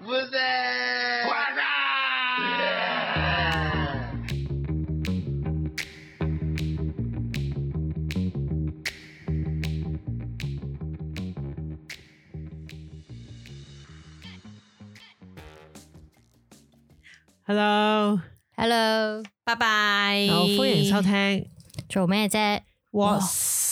Vous êtes... Voisins Hello， Hello，拜拜。好歡迎收聽做咩啫？哇！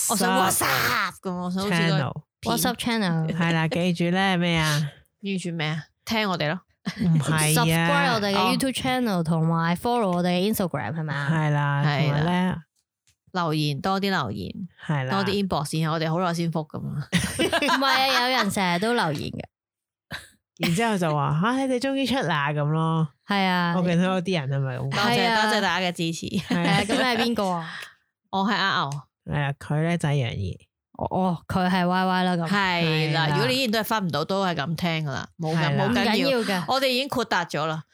我想 WhatsApp 咁，我想好似 個 channel， WhatsApp channel 係啦，記住咧咩啊？預住咩啊？聽我哋咯。唔係 subscribe 我啊，哋哦嘅 YouTube channel 同埋 follow 我哋嘅 Instagram 係咪啊？係啦，係同啦埋咧 留言多啲留言，係啦，多啲 inbox 然後我哋好耐先覆 咁嘛。唔係啊，有人成日都留言嘅，然之後就 話吓你哋終於出啦咁咯。係啊。我係見到有啲人係咪咁多講？謝係啊多謝大家嘅支持。 啊，係咁你係邊個啊？我係阿牛，係啦，佢咧就係楊 怡，我哦，佢係 Y Y 啦咁，係啦。係啦如果你依然都係分唔到，都係咁聽噶啦，冇係緊啦冇唔緊緊要。要嘅。我哋已經擴達咗啦。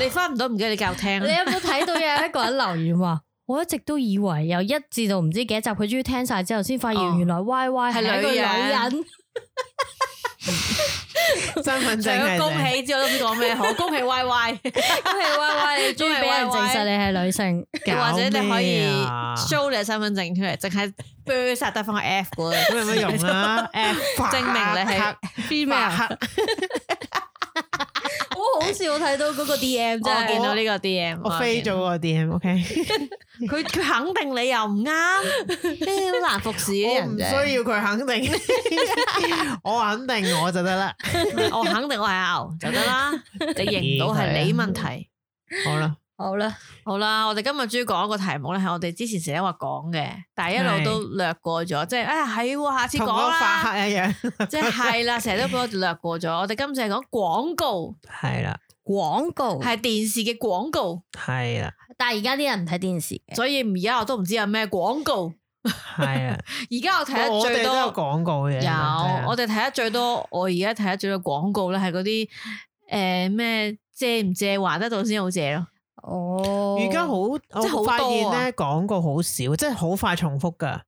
你分唔到唔記得你教 聽你啦。有冇睇到有一個人留言話？我一直都以為由一至到唔知幾多集，佢終於聽晒之後，先發哦現原來 Y Y 係一個係女女人 人。身份除證咗係恭喜之後都唔知講 咩好，恭喜 Y Y，恭喜 Y Y，你終 於俾人證實你係女性。或者你可以搞咩啊 show 你嘅身份證出嚟，淨係 b 晒得翻個 F 嗰咁有乜 用啊？證證明你係邊咩啊啊？ 我好少睇到嗰個 D M 我見到呢個 D M，我飛咗個 DM，OK。佢佢肯定你又唔 啱，呢啲好難服侍啲我唔人需啫。要佢肯 定， 我肯定我就得啦。我哦肯定我係牛就 得啦，你認唔到係你問題。好啦，好啦，好啦，我哋今日終於講一個題目咧，係我哋之前成日話講嘅，但係一路都略過咗，即係哎呀係喎，下次同講我發啦，黑一樣。 即係係啦，成日都俾我略過咗。我哋今次係講廣告，係啦，廣告係電視嘅 廣告，係啊啦，但係而家啲人唔睇電視嘅，所以而家我都唔知有咩廣告。係 啦。而家我睇得我啊最哋都多有廣告嘅。啊有，我哋睇得最多，我而家睇得最多廣告咧，係嗰啲诶咩借唔借還得到先好借咯。哦而家好，係好我多發啊現咧廣告好少，即係好快重複噶，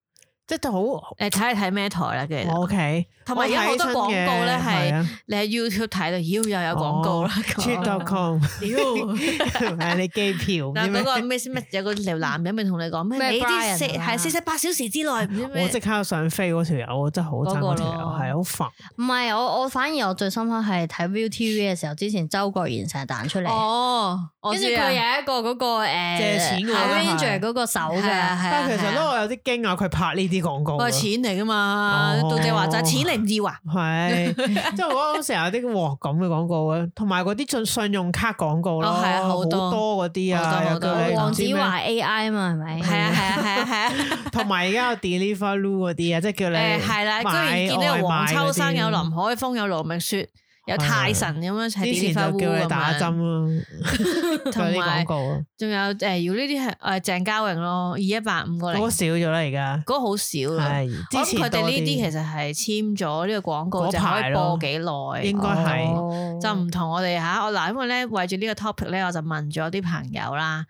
即係好。诶，睇你睇咩台啦，其哦實 O K，同埋而家好多廣告咧啊係啊 你喺 YouTube 睇到，妖又有廣告啦，哦 t r i p c 咁 o m 屌。 係你機票唔知嗱，嗰咩個咩乜有個條男人咪同你講咩？咩你啲 Brian 四啊係四十八小 時之內唔知我咩即刻想飛嗰條友，我真係好憎嗰條友，係好煩。唔係我我反而我最深刻係睇 ViuTV 嘅時候，之前周國賢成日彈出嚟，哦，我跟住知啊佢有一個嗰個誒啊借錢嗰個係 Ranger 嗰個手係啊係嘅，啊但係其實咧，我有啲驚訝佢拍呢啲廣告㗎。我係錢嚟噶嘛，哦杜姐話就係錢你唔要啊， 係，即係我覺得成日有啲鑊咁嘅廣告啊，同埋嗰啲信信用卡廣告咯，哦係啊好多多嗰啲好啊，多有個好多你唔黃知哦子咩華 AI 啊嘛，係咪？係啊係啊係啊係啊。同埋而家有 Deliveroo 嗰啲啊，即係叫你誒係啦，居然見到有黃秋生、有林海峰、有羅明雪、有泰神咁樣齊啊之前啲花就烏叫你啊咁打針樣，咯，同嗰啲埋廣告啊，仲有誒，如果呢啲係誒鄭嘉穎咯，二一八五個零，嗰個嗰少咗啦而家，個好少啦。係之我諗前佢哋多呢啲其實係簽咗呢個廣告，嗰就可排以咯播幾耐。應該係哦就唔同我哋吓，我嗱，因為咧為住呢個 topic 咧，我就問咗啲朋友啦，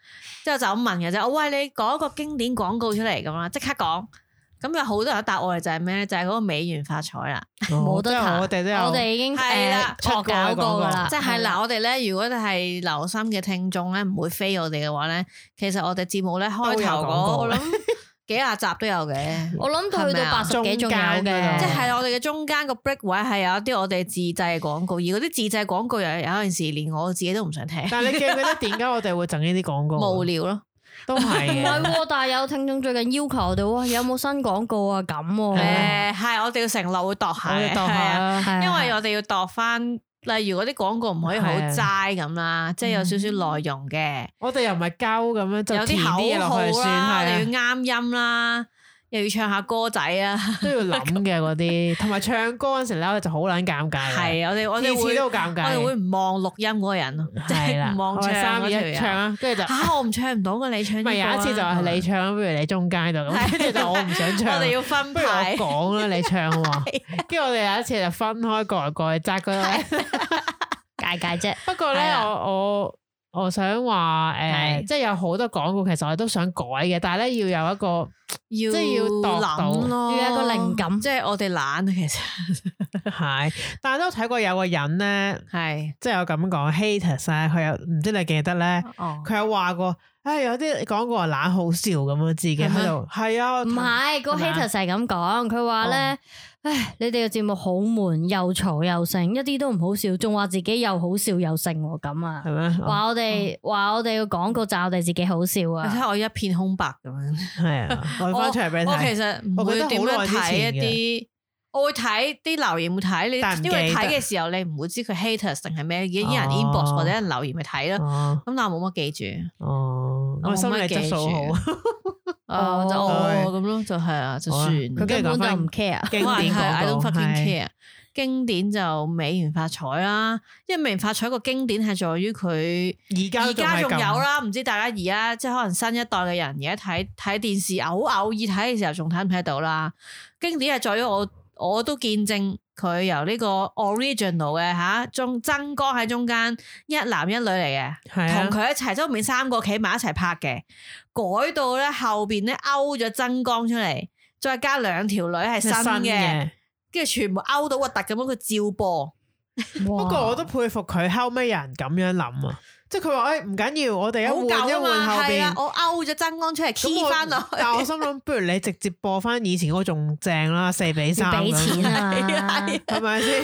之後就咁問嘅啫。我喂你講一個經典廣告出嚟咁啦，即刻講。咁有好多人答我哋就係咩咧？就係、嗰個美元發財啦。冇得哦即係彈我哋都有，啊我哋已經係啦誒惡搞過㗎啊啦，即係嗱，我哋咧，如果係留心嘅聽眾咧，唔會飛我哋嘅話咧，其實我哋節目咧開頭都有廣告嗰我諗 幾廿集都有嘅，我諗佢去係咪到啊八十幾仲有中間嗰嘅，即度係我哋嘅中間個 break 位係有一啲我哋自製嘅廣告，而嗰啲自製廣告又有陣時連我自己都唔想聽，但係你記唔記得點解我哋會整呢啲廣告啊？無聊咯。都 係唔係嘅，喎，但係有聽眾最近要求我哋，哇，有冇新廣告啊？咁喎，誒係，我哋要承諾會度下啊我哋嘅，度係下啊，啦，係因為啊我哋要度翻，例如嗰啲廣告唔可以好係啊嗯齋咁啦，即係有少少內容嘅。我哋又唔係交咁樣就有填啲啲嘢口號落去算啦，係啊又要啱音啦，又要唱下歌仔啊， 都要諗嘅嗰啲，同埋唱歌嗰陣時咧，我哋就好撚尷尬嘅。係我哋我哋啊次會次都好我尷尬嘅。哋會唔望錄音嗰個人咯，即係啦係唔，望我唱哋三嗰二條一唱人。啊，跟住就嚇我唔唱唔到嘅，你唱呢個咪啊。有一次就係你唱，不如你中間度咁，跟住就我唔想 我唱。哋要分不如我派，講啦，你唱 喎。啊跟住我哋有一次就分開過嚟過去，扎嗰度。界界啫，不過咧，係啦啊我我我想話誒，係即係有好多廣告，其實我哋都想改嘅，但係咧要有一個要即係要度到諗咯，要有一個靈感即係我哋懶，啊其實係，但係都睇過有個人咧，係即係有咁講 haters 啊，佢有唔知你記得咧，哦，佢有話過，唉，有啲廣告話懶好笑咁樣自己喺度，係啊，唔係，個係咪啊 hater 成咁講，佢話咧，唉，你哋嘅節目好悶，又嘈又剩，一啲都唔好笑，仲話自己又好笑又剩喎，咁啊係，咩？哦話我哋話我哋嘅廣告讚我哋自己好笑你睇啊，下我一片空白咁樣。係啊，我翻出嚟俾你我其睇，實唔我覺會得好點耐樣之睇前嘅一啲，我會睇啲留言會睇但唔你，因記為得睇嘅時候你唔會知佢 haters 定係咩，已經有人哦 inbox 或者有人留言咪睇咯。哦咁但我冇乜記住，哦，我心理質素好，啊哦就哦咁咯，就係啊，就好啊算。佢根本就唔 care。經可能典係 I 廣 don't 告 fucking 係 care。經典就美元發財啦，因為美元發財個經典係在於佢而家而都家係仲咁有，啦，唔知大家而家即係可能新一代嘅人而家睇睇電視，偶偶爾睇嘅時候仲睇唔睇到啦。經典係在於我我都見證佢由呢個 original 嘅吓中曾江喺中間一男一女嚟嘅。係啊同，佢一齊，周面三個企埋一齊拍嘅，改到咧後邊咧勾咗曾江出嚟，再加兩條女係新嘅，，跟住全部勾到核突咁樣，佢照播。不 不過我都佩服佢後尾有人咁樣諗啊，即係佢話誒唔緊要，我哋一好換一舊換啊嘛，後係啦邊，。我勾咗曾江出嚟咁 key 我翻落去，但我心諗，不如你直接播翻以前嗰個仲正啦，四比三要俾錢啊嘛， 係咪先？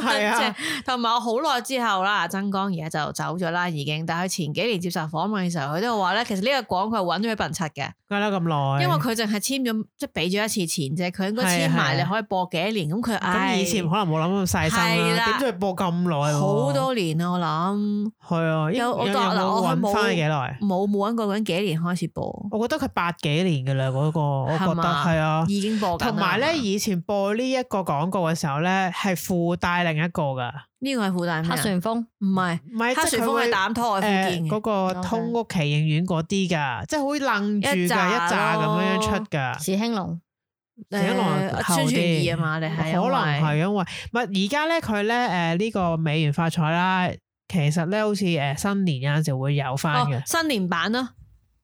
係撚正啊，。同埋我好耐之後啦，曾江而家就走咗啦，已經。但係佢前幾年接受訪問嘅時候，佢都話咧，其實呢個廣告係揾咗佢笨柒嘅，梗係啦咁耐，因為佢淨係簽咗即係俾咗一次錢啫，佢應該係簽埋係你可以播幾多年。咁佢咁以前可能冇諗咁細心係啦，啦點知佢播咁耐唉喎？好多年啊啦，我諗。係啊，有有我有當嗱我冇係揾冇翻幾耐？冇冇揾過嗰陣幾年開始播，我覺得佢八幾年嘅啦，嗰個我覺得係嘛係啊。已經播緊啦同埋咧，係嘛以前播呢一個廣告嘅時候咧，係附帶另一個噶，呢個係附帶咩黑啊？旋風唔係唔係黑即係旋佢風會係膽拖嘅誒附件嗰嘅，個 OK 通屋奇影院嗰啲㗎，即係會楞住㗎，一一紮紮咁樣出㗎。史興龍，成一輪誒後宣傳啲二啊嘛，你可係因為能係因為唔係而家咧，佢咧誒呢個美元發財啦，其實咧好似誒新年有陣時會有翻嘅哦，新年版咯，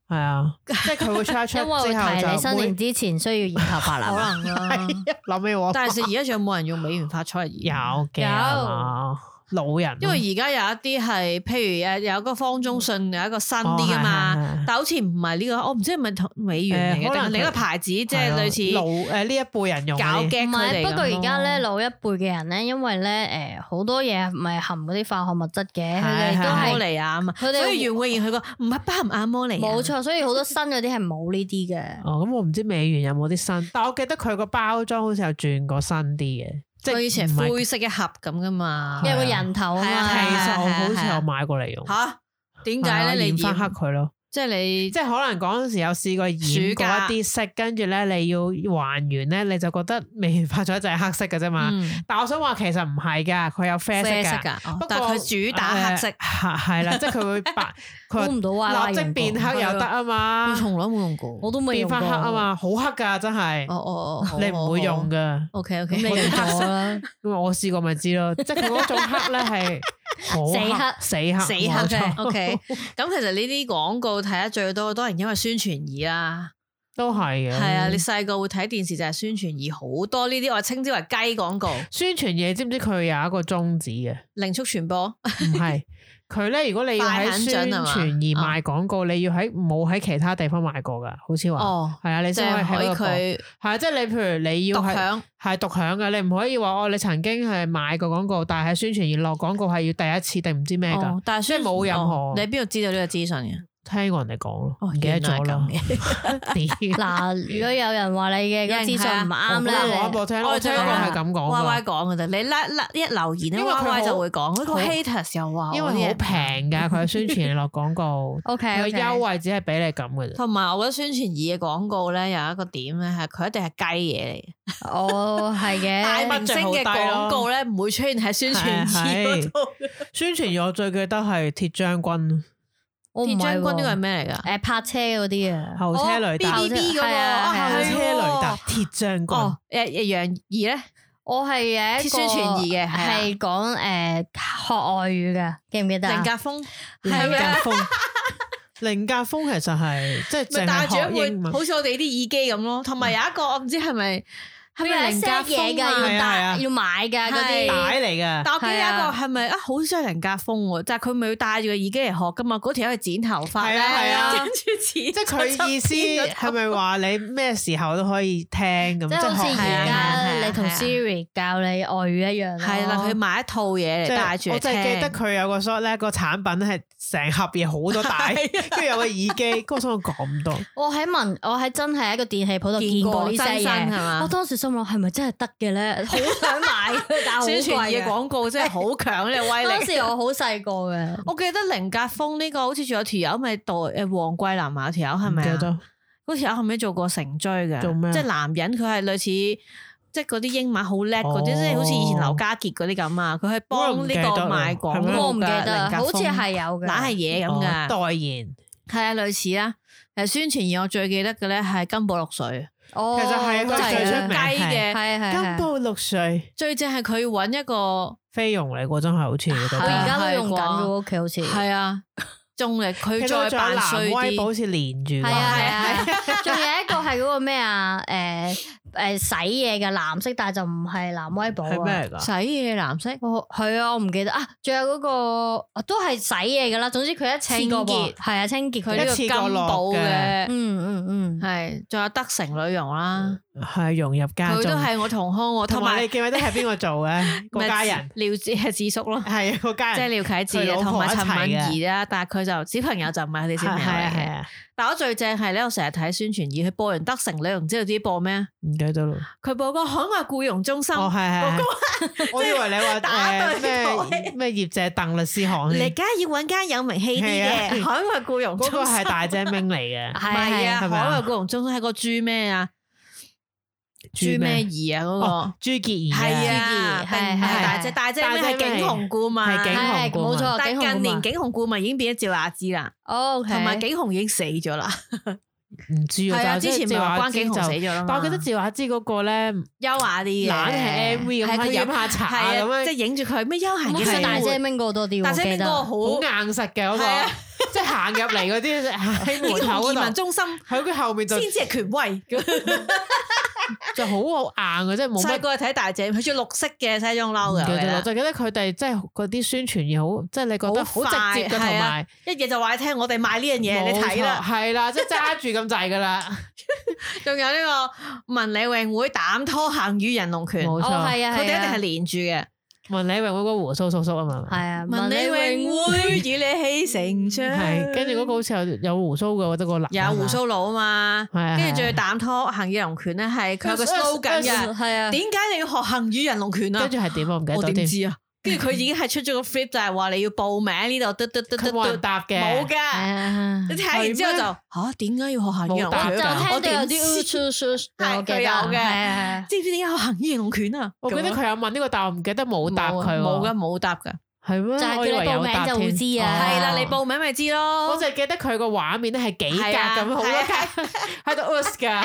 係 啊，即係佢會出一出因為之會提後你就新年之前需要染頭髮啊可啦，能啦。係啊諗起我嗯但係其實而家仲有冇人用美元發財而有嘅有係嘛老人咯，因為而家有一啲係，譬如誒有一個方中信有一個哦新啲噶嘛，嘛但好似唔係呢個，我唔知係咪同美元嚟誒嘅，可能定係另一個佢牌子，即係類老似誒呢一輩人用搞嘅 g 唔係，佢哋不過咁而家咧咯老一輩嘅人咧，因為咧誒好多嘢咪含嗰啲化學物質嘅，佢哋係都阿係係摩尼亞啊嘛，佢哋所以袁詠儀佢個唔係包含阿摩尼啊亞，冇錯，所以好多新嗰啲係冇呢啲嘅。哦，咁我唔知美元有冇啲新，但我記得佢個包裝好似有轉過新啲嘅，即佢係以前唔係灰色一盒咁噶嘛，有個人頭啊係其啊嘛，實我好似係啊有買過嚟用，吓？點解咧？你翻啊黑染佢咯，即係你即係可能嗰陣時有試過染暑假嗰一啲色，跟住咧你要還原咧，你就覺得美元發咗就係黑色嘅啫嘛。嗯但我想話其實唔係㗎，佢有啡色啡色㗎，㗎，哦不過但係佢主打黑色誒，係係 啦，即係佢會白，估佢唔到啊 Y 話 Y 立即變黑又得啊我嘛，從來冇用過。我都未變用翻黑過啊。嘛，好黑㗎真係哦，哦哦，你唔會用㗎。 O K O 咁 K，你用咗啦，因為我試過咪知咯，即係佢嗰種黑咧係好死黑、死冇黑錯啫。O K，咁其實呢啲廣告睇得最多，當然因為宣傳儀啦。都係嘅。係啊，你細個會睇電視就係宣傳儀，好多呢啲我稱之為雞廣告，宣傳嘢，知唔知佢有一個宗旨嘅？零速傳播。唔 係佢咧，如果你要快喺狠宣準啊係嘛傳而賣廣告，你要喺冇喺其他地方賣過噶，好似話哦，係啊，你即先可以係喺可以嗰度播。係佢啊，即係你譬如你要獨係享。係獨享嘅，你唔可以話哦，你曾經係買過廣告，但係喺宣傳而落廣告係要第一次定唔知咩㗎？哦但係即係冇任何哦你邊度知道呢個資訊嘅？聽過人哋講咯，哦唔記得咗啦。原來係咁 屌嗱，如果有人話你嘅嗰有個人資訊唔啱 我覺得我一咧，，播聽，我我聽就講係咁講 Y 㗎 Y 講嘅啫，你拉拉一留言咧因為佢，Y 好 Y 就會講。嗰個好 haters 又話，因為好，平㗎，佢宣傳落廣告 O K，佢優啊惠只係俾你咁嘅啫。同埋我覺得宣傳儀嘅廣告咧有一個點咧係佢一定係雞嘢嚟嘅，我係 大哦嘅，明星嘅廣告咧唔會出現喺宣傳儀嗰度。宣傳我最記得係鐵將軍哦我唔鐵將係軍呢個係喎咩嚟㗎？哦誒泊車嗰啲 啊，後車雷達， B B B 嗰個係啊係啊後啊車雷達鐵將軍哦，誒誒楊怡咧，我係嘅揭宣傳儀嘅係啊係講诶學外語嘅，記唔記得啊凌？格峰凌係格啊 風，凌格風其實係即係淨咪係戴住學一英個文，嗯好似我哋啲耳機咁咯，同埋有一個我唔知係咪係佢有一咪凌 set 格嘢峰㗎，啊？係要啊係啊帶要買㗎嗰係啲。帶嚟嘅。但我記得有一係個啊係咪啊，好想凌格峰喎，但係佢咪要戴住個耳機嚟學㗎嘛？嗰條友係剪頭髮係啊係啊咧， 跟住即剪，係佢意思係咪話你咩時候都可以聽咁？即係係好似學係而啊係啊係家啊你同係啊 Siri 教你外語一啊樣咯。係啦，佢買一套嘢嚟即戴係住我嚟就聽。係記得佢有個 shot 咧，個產品係成盒嘢好 多帶，啊跟住有個耳機，跟住我心諗咁多，我喺文，我喺真係一個電器鋪度見見過過呢真些身啊係嘢。嘛我？當時心諗係咪真係得嘅咧？好想買，但係好 宣傳貴嘅嘅。廣告真係好強呢個威當力。時我好細個嘅， 我記得凌格峰呢個好似仲有條友咪代誒黃桂林啊，有條友 係咪唔記啊？得嗰條友後尾做過成追嘅，做咩啊即係男人佢係類似即係嗰啲英文好叻嗰啲，哦即係好似以前劉家傑嗰啲咁啊，佢係幫呢個賣廣咩我告唔記嘅得啦，啊凌格好似峰係有嘅。懶係嘢咁哦㗎，代言。係啊類似啦。誒宣傳而我最記得嘅咧係金寶綠水，哦，其實係佢真最出名雞係啊嘅，係金係。寶六歲最正係佢揾一個菲傭嚟過，真係好似嗰我係而啊個。家都用緊嘅喎，屋企好似。係啊，仲嚟其佢實我仲有再扮衰藍威寶啲好。似連住㗎。係啊係啊，仲有一個係嗰個咩啊？誒誒洗嘢嘅藍色，但係就唔係藍威寶係啊咩。嚟㗎？洗嘢藍色，我係啊，我唔記得啊，仲有嗰個啊都係洗嘢噶啦，總之佢一清清潔潔係啊清潔佢佢呢呢個個一金次過寶落嘅嘅，嗯嗯嗯，係仲有德成女傭啦，係融入家佢中都。係我同鄉喎，同同埋埋你記唔記得係邊個做 嘅？個家人廖子係智叔咯，係啊，個 家即係人。廖啟智佢老啊婆同埋陳一齊敏嘅儀啦，但係佢就小朋友就唔係佢哋小朋友嚟係嘅。啊，但我最正係咧，我成日睇宣傳二，佢播完德成女傭，唔知道自己播咩？唔記得咯。佢播個海外僱傭中心，哦，係係 係，我以為你話打對誒台咩咩葉謝鄧律師行你添，梗係要揾間有名氣啲係嘅啊海外僱傭嗰個中心係。大姐明嚟嘅，唔 係係啊，啊，係咪啊海外僱傭中心係個朱咩啊？朱朱咩咩儀啊嗰個哦。，朱潔儀係係啊，並唔係係大姐，大姐大姐咩係咩景洪顧問，係景洪係冇錯，但景近年紅哦景洪顧問已經變咗趙雅芝啦，哦，同埋景洪已經死咗啦。唔知係啊，啊，之前咪就話關景洪死咗啦嘛。但我記得趙雅芝嗰個咧，懶優雅啲嘅，係 M V 咁係樣佢飲下茶咁係啊，即係樣，影住佢咩休閒好嘅似生大姐活。明過多啲喎，大姐記邊得個好好硬實嘅嗰係啊個， 即係行入嚟嗰 啲喺門景洪口移民嗰度，中心喺佢後面就先至係權威。就好好硬嘅，即係冇乜細個睇大姐，佢着綠色嘅西裝唔褸記得啦，嘅，啊就記得佢哋即係嗰啲宣傳嘢好，即係你覺得好直接嘅，好同快係啊埋一嘢就話你聽我哋賣呢樣嘢，你睇啦。係啦，即係揸住咁滯噶啦， 仲有呢個文理泳會膽拖行與人龍拳，冇佢哦錯。係啊，哋一定係係連住嘅。文理榮嗰個胡鬚叔叔啊嘛，係啊，文文理理永永會與你起成長，係跟住嗰個好似有有胡鬚嘅，我覺得個男有胡鬚佬啊係嘛，啊跟住仲要膽拖行與人龍拳咧，係佢有 個 slogan 嘅，係啊，點解你要學行與人龍拳啊跟？住係點啊？我唔記我得咗點添。知啊？跟住佢已經係出咗個 flip，就係話你要報名呢度，嘟嘟嘟嘟佢冇人嘟，答嘅，冇噶。啊你睇完之後就嚇點解要學行與人龍冇我就拳啊？我聽到有點 啲知？我記得係知唔知點解學行與人龍拳啊？我記得咁啊佢有問呢個，但我唔記得冇答佢喎。冇噶，冇答噶。係咩？就係叫我以你為報有名答就添會知啊哦係啦，你報名咪知咯。我就係記得佢個畫面咧係幾格係啊咁，好多哦係啊格 喺度 us 㗎，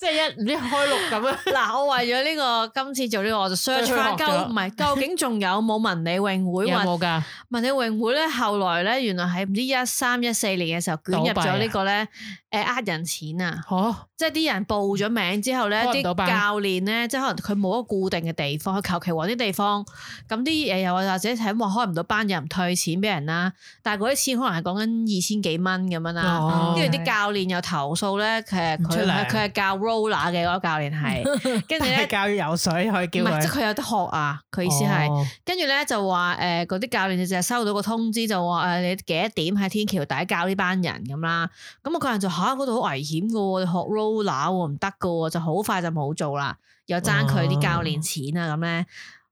即係一唔知開六咁啊樣。嗱，我為咗呢個今次做呢個，我就 search 翻去究學咗唔係究竟仲有冇文理泳 會有或冇㗎？文理泳會咧？後來咧，原來喺唔知一三一四年嘅時候捲入倒閉啊咗呢個咧，誒呃人錢啊！嚇！即係啲人報咗名之後咧，開唔啲到班教練咧，即係可能佢冇一個固定嘅地方，佢求其揾啲地方，咁啲誒又或者係話開唔到班，又唔退錢俾人啦。但係嗰啲錢可能係講緊二千幾蚊咁樣啦。哦跟住啲教練又投訴咧，其實唔出佢糧係佢係教 roller 嘅嗰個教練係，跟 住係咧教要游水可以叫唔係，即佢係。佢有得學啊！佢意思係，哦跟住咧就話誒，呃嗰啲教練就係收到個通知，就話誒你幾多點喺天橋底教呢班人咁啦。咁我個人就吓嗰度好危險噶喎，學 roller 喎唔得噶喎，就好快就冇做啦，又爭佢啲教練錢啊咁咧。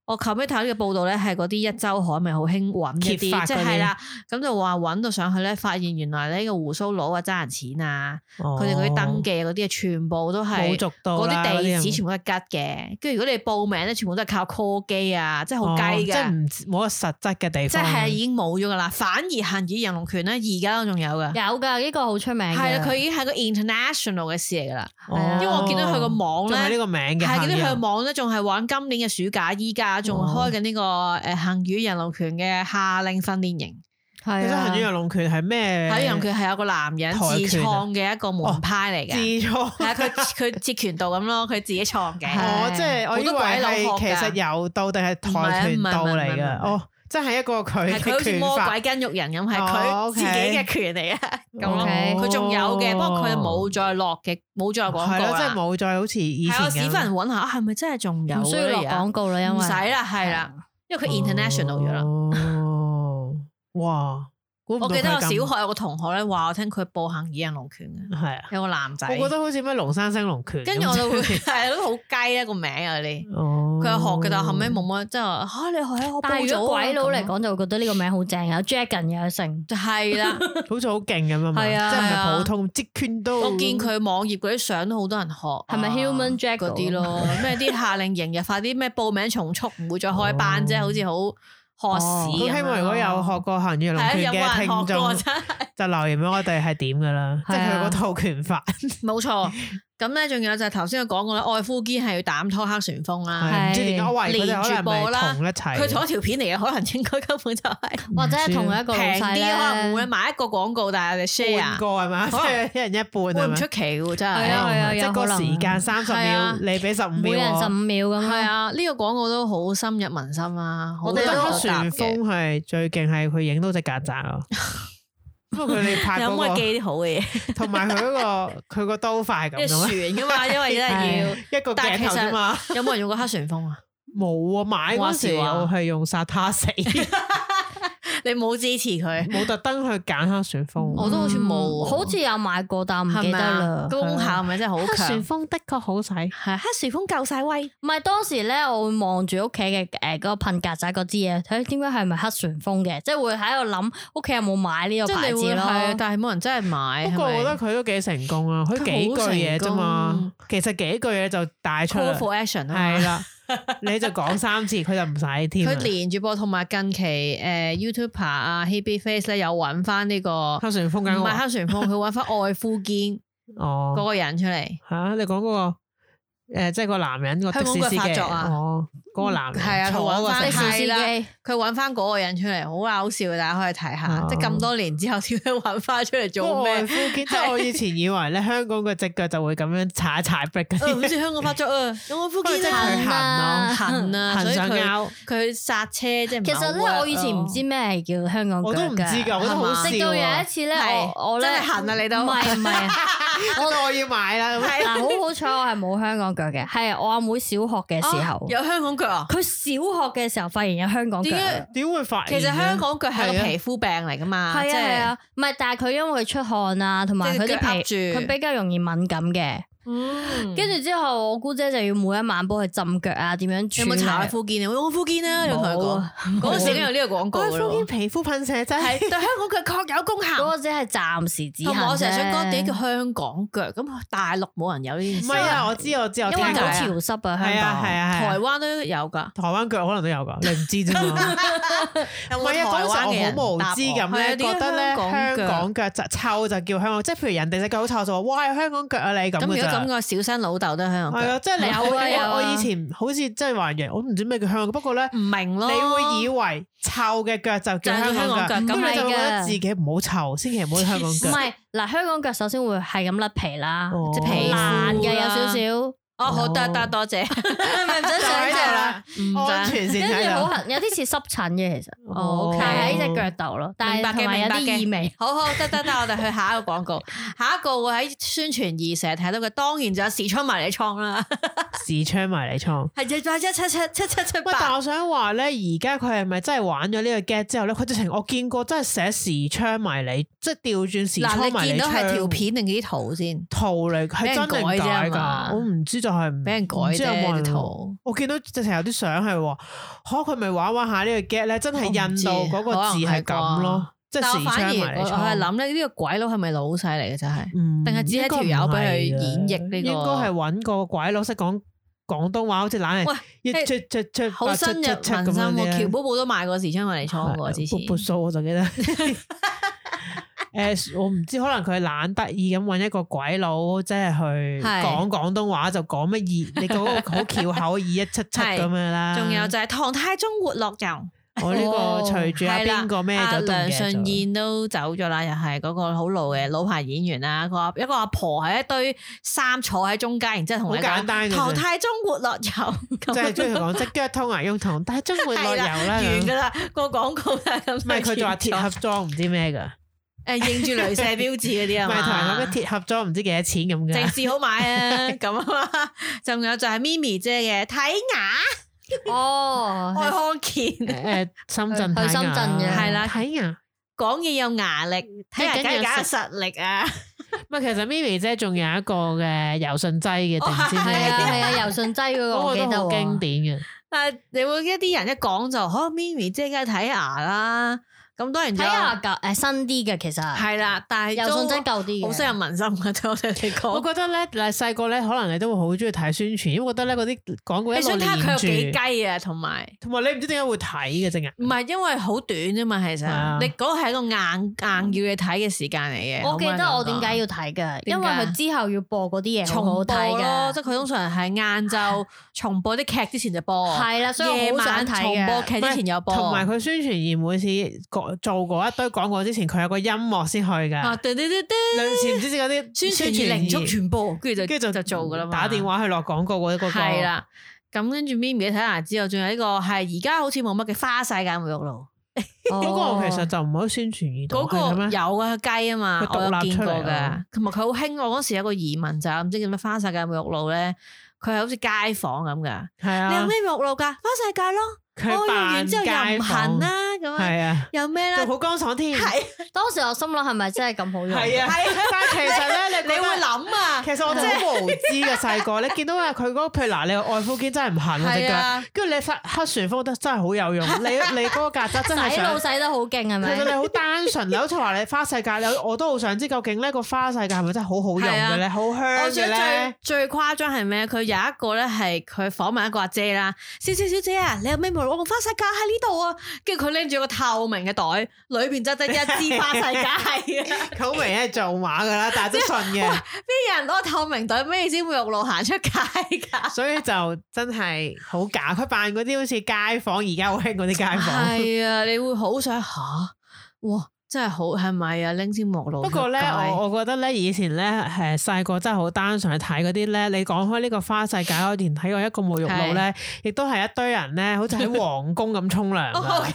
我後尾睇呢個報道咧，係嗰啲一周刊咪好興揾一揭發嗰啲，啲即係啦，咁就話揾到上去咧，發現原來呢個胡鬚佬啊爭人錢啊，佢哋嗰啲登記嗰啲啊，全部都哦冇係續到嗰啦啲地址人全部都係吉嘅，跟住如果你報名咧，全部都係靠 call 機啊，即係好雞哦嘅。即係唔冇個實質嘅地即方，係已經冇咗噶啦，反而限以人龍拳咧，而家都仲有噶。有噶，呢個好出名嘅。係啦，啊佢已經係個 international 嘅事嚟噶啦，哦因為我見到佢個網仲係呢咧，個名嘅，係見到佢下個面網咧，仲係玩今年嘅暑假，依家仲哦開緊呢個誒行魚人龍拳嘅夏令訓練營。其係實行啊魚人龍拳係咩？行魚人龍拳係有個男人自跆拳啊哦創嘅一個門派嚟自嘅，創。係 啊，佢佢截拳道咁咯，佢自己創嘅。係哦，即係我以為係其實柔道定係跆拳道嚟唔係啊唔係唔係唔嘅，係哦，即係一個佢係佢嘅好似拳魔法鬼跟肉人咁，係哦佢自，OK 哦己嘅拳嚟啊，咁咯。 OK 佢仲有嘅，不過佢冇再落嘅，冇再廣告係咯，即係啦。冇再好似以前係我屎咁忽人揾下，係咪真係仲有啊？唔需要落而家廣告啦，因為啊唔使啦，係啦，因為佢 international 咗啦。哦，哇！估唔到我記得佢我小咁學有個同學咧話我聽佢報行以人龍拳 嘅，係啊，有個男仔。我覺得好似咩龍山升龍拳咁，跟住我就會 係都好雞啊個名啊啲。 哦，佢又學嘅，但後尾冇乜，即係話嚇你學喺我報咗啊。但係如果鬼佬嚟咁講，就會覺得呢個名好正，有 dragon 又有成。就係啦。好似好勁咁啊嘛，即係啊係唔係啊係普通截拳道。我見佢網頁嗰啲相都好多人學啊，係咪 Human Jack 嗰 啲咯？咩啲夏令營又快啲咩報名重速，唔會再開班啫，哦好似好哦學屎咁咁樣希望如果有學過行魚係龍啊，有拳嘅聽冇人學過眾， 真係就留言俾我哋係點噶啦，即係係佢啊嗰套拳法。冇錯。咁咧，仲有就係頭先我講過啦，愛夫堅係要膽拖黑旋風啦，係唔知點解我懷疑佢哋可能唔連住播啦係同一齊，佢同一條片嚟嘅，可能應該根本就 係唔或者係知同一個老平細啲，啊可能會咧，買一個廣告，但係我哋半 share 個係嘛，即可能 係一人一半會係唔咪出？奇嘅喎，真係係啊係啊即係有個可能時間三十係秒啊，你俾十五每秒人十五我。秒咁係咯。啊，呢個廣告都好深入民心啊！好我我多覺哋得人黑都有答旋嘅風係最勁，係佢影到只曱 甴咯。不過佢哋拍有嗰冇 個，記啲好嘅嘢？同埋佢嗰個佢個刀快咁一樣，船噶 嘛，因為真係要。一個但係鏡其頭啫嘛。有冇人用過黑旋風啊？冇啊，買嗰時話時話我係用殺他死，你冇支持佢，冇特登去揀黑旋風。我都好似冇嗯好似有買過，但我唔記係咪得啊啦？。功效咪真係好黑旋強？風的確好使，係啊黑旋風夠晒威，唔係當時咧，我會望住屋企嘅誒嗰個噴曱甴嗰支嘢，睇點解係咪黑旋風嘅，即係會喺度諗屋企有冇買呢個即係牌你子會係，咯。但係冇人真係買。不過我覺得佢都幾成功啊，佢幾句嘢啫佢好成嘛，其實幾句嘢就帶出 call 嚟， for action 啊係嘛，啦， 你就講三次，佢就唔使添啊。佢連住播，同埋近期誒 YouTuber 啊 Hebe Face 咧有揾翻呢個黑旋風緊唔我係黑旋風，佢揾翻愛夫堅嗰哦個人出嚟，吓，你講嗰個誒，即係個男人個的士司香港腳發機作啊哦，嗰個男人係啊佢坐嗰個搵返乘的客士司係啦機佢揾翻嗰個人出嚟，好搞笑，大家可以睇下哦。即係咁多年之後，點解揾翻出嚟嗰個做外咩？夫堅，即係我以前以為咧，香港個隻腳就會咁樣踩一踩 b r 嗰 呃唔啲，知香港發作啊，有愛夫可能堅真係啊佢行行啊咯，痕啊，行所以上佢拗。佢剎車即係唔其係好實咧， work 我以前唔知咩係叫香港腳我都唔知㗎㗎，我覺得好係嘛直笑到有啊一！次咧，係我我咧真係痕啊你都唔係唔係，我我要買啦，咁嗱好好彩我係冇香港腳嘅，係我阿妹小學嘅時啊候，有香港腳啊！佢小學嘅時候發現有香港腳點。解？點會發其現實嘅？香港腳係係個啊皮膚病嚟噶嘛，係即啊係係，啊，唔係，但係佢因為出汗啊，同埋即佢係啲腳皮，噏住佢比較容易敏感嘅。嗯，跟住之後，我姑姐就要每一晚幫佢浸腳啊，點樣處有理冇查下附件啊？我敷肩啦，你同佢冇講啊，嗰陣時已經有呢個廣告我㗎敷咯堅，皮膚噴射真係係對香港腳確有功嗰效。個只係暫時止同痕埋我成日想講點解叫啫香港腳，咁大陸冇人有呢件唔事，係啊？我知我知我因聽為過好點解潮啊濕啊，係香啊係港。啊係台啊，灣都有㗎。台灣腳可能都有㗎，你唔知啫 嘛。有唔冇係啊，台嗰灣陣嘅人時我好無知咁咧，答我覺得咧係香啊點解港腳就臭就叫香港，即係譬如人哋隻腳好臭就話哇有香港腳啊你咁咁如果嘅咁咋。個小生老豆都係香港係腳，啊，即係你有啊有啊我我以前好似即係話人，我唔知咩叫香港腳，不過咧唔明啊你咯。會以為臭嘅腳就叫哦就係香港叫腳，香港腳咁咁你就係會覺嘅得自己唔好臭，千祈唔好香港唔腳。係嗱，香港腳首先會係咁甩皮啦哦，即係皮膚啦爛嘅有少少，哦，好得得，多謝，咪唔使想像啦，唔啊安全先跟住睇好到。痕，有啲似濕疹嘅其實，哦但係喺隻哦腳度咯，但明白係嘅同埋有明白啲嘅異味。好好得得得，我哋去下一個廣 告，下一個會喺宣傳二成日睇到嘅，當然就有時窗迷你倉啦， 視窗迷你 倉。係一八一七七七七七喂，但八，我想話咧，而家佢係咪真係玩咗呢個 get 之後咧？佢直情我見過真係寫時窗迷你，即係調轉時窗嗱迷你你見到窗係條片定啲圖先？圖嚟，係真定俾人改假啫嘛㗎？我唔知，就係唔俾人改唔知有冇啫人啲圖。我見到直情有啲相係喎，可佢咪玩玩下呢個 get 咧，真係印啊度嗰個字係咁咯，即但係我時反而槍埋我嚟我係諗咧，呢個鬼佬係咪老細嚟嘅真係？定定係只係條友俾佢演繹呢個啊應該係揾個鬼佬識講廣東話，好似懶係喂一嘿出出出好深入民心喎，喬寶寶都賣過時昌迷你倉喎，之前撥數我就 記得。 誒，我唔知，可能佢懶得意咁揾一個鬼佬，即係去係講廣東話就講乜 二，你嗰個好翹口二一七七咁係樣啦。仲有就係唐太宗活絡油，我呢哦個隨住阿係啦邊個咩阿就都唔梁記得順咗。燕都走咗啦，又係嗰個好老嘅老牌演員啦。個阿一個阿婆喺一堆衫坐喺中間，然之後同你好簡單講嘅啫唐太宗活絡油， 即係咁中意講即腳通牙用同， 但係中會落油啦。完咁噶啦，個廣告係咁。唔係佢就話鐵盒裝唔知咩㗎，誒認住雷射標誌嗰啲唔係同啊嘛人講。咩鐵盒裝唔知幾多錢咁正㗎。事好買啊，咁啊嘛，仲有就係咪咪姐嘅睇牙哦，愛康健， 誒深圳睇牙去深圳嘅係啦睇牙。 講嘢有牙力，睇牙梗係梗有實力啊， 唔係其實 Mimi 姐仲有一個嘅柔順 劑嘅，定唔知係咩啊嘅係啊，柔順劑 嗰個嗰我個記都得好喎啊經典嘅。但係你會一啲人一講就，可咪咪姐梗係睇牙啦，咁當然就睇下舊誒新啲嘅其實，係啦，但係柔都順劑舊啲嘅，好深入民心嘅， 對我哋我講。覺得咧，嗱細個咧，可能你都會好中意睇宣傳，因為覺得咧嗰啲廣告一你路想睇下佢有幾連住，雞啊？同埋同埋你唔知點解會睇嘅隻眼。唔係因為好短啫嘛，其實係啊你嗰個係一個硬硬要你睇嘅時間嚟嘅。我記可唔可以得咁我點講解要睇嘅，點因為佢之後要播嗰啲嘢好重好播睇咯，嘅即係佢通常係晏晝重播啲劇之前就播，係啦，所以夜我好晚想睇重播嘅。劇之前有播，同埋佢宣傳而每次個做嗰一堆廣告之前，佢有個音樂先去㗎，啊，嘟嘟嘟嘟類似唔知嗰啲宣傳而零速而傳播，跟住就跟住就做噶啦嘛，打電話去落廣告嗰個係，啦。咁跟住咪咪睇下之後，仲有呢個係而家好似冇乜嘅花世界沐浴露，嗰哦個其實就唔可以宣傳而嗰到個係嘅咩？有啊雞啊嘛，佢我獨有立見出過嚟㗎啊。同埋佢好興，我嗰時有個疑問就係唔知叫咩花世界沐浴露咧，佢係好似街坊咁㗎。係你有啊，咩沐浴露㗎？花世界咯，佢我用扮完之後又街唔坊痕，啦，咁樣係 啊，又咩啦仲？好乾爽添，係當時我心諗係咪真係咁好用？係啊，但係其實咧，你 你覺得會諗啊，其實我哋 好無知嘅細個，你見到啊佢嗰個譬如嗱，你個外敷肩真係唔痕喎隻係腳，啊，跟住你發黑旋風得真係好有 用，你你嗰個曱甴真係洗想啊腦。洗得好勁係其實你咪？好單純，啊你好似話你花世界，你我都好想知究竟呢個花世界係咪真係好好用嘅啊咧，好香我嘅想咧哦最？最誇張係咩？佢有一個咧係佢訪問一個阿姐啦，小小小姐啊，你有咩冇？我個花世界喺呢度啊，跟住佢拎住個透明嘅袋，裏邊就得一支花世界 係啊！好明顯係做馬噶啦，但係都信 嘅，邊有人攞透明袋咩先會用路行出街㗎？所以就真係好假。佢扮嗰啲好似街坊，而家好興嗰啲街坊。係啊，你會好想吓，哇！真係好係咪啊？拎支木路不過咧，我我覺得咧，以前咧誒細個真係好單純去睇嗰啲咧。你講開呢個花世界，我以前睇過一個沐浴露咧，亦都係一堆人咧，好似喺皇宮咁沖涼 㗎。啊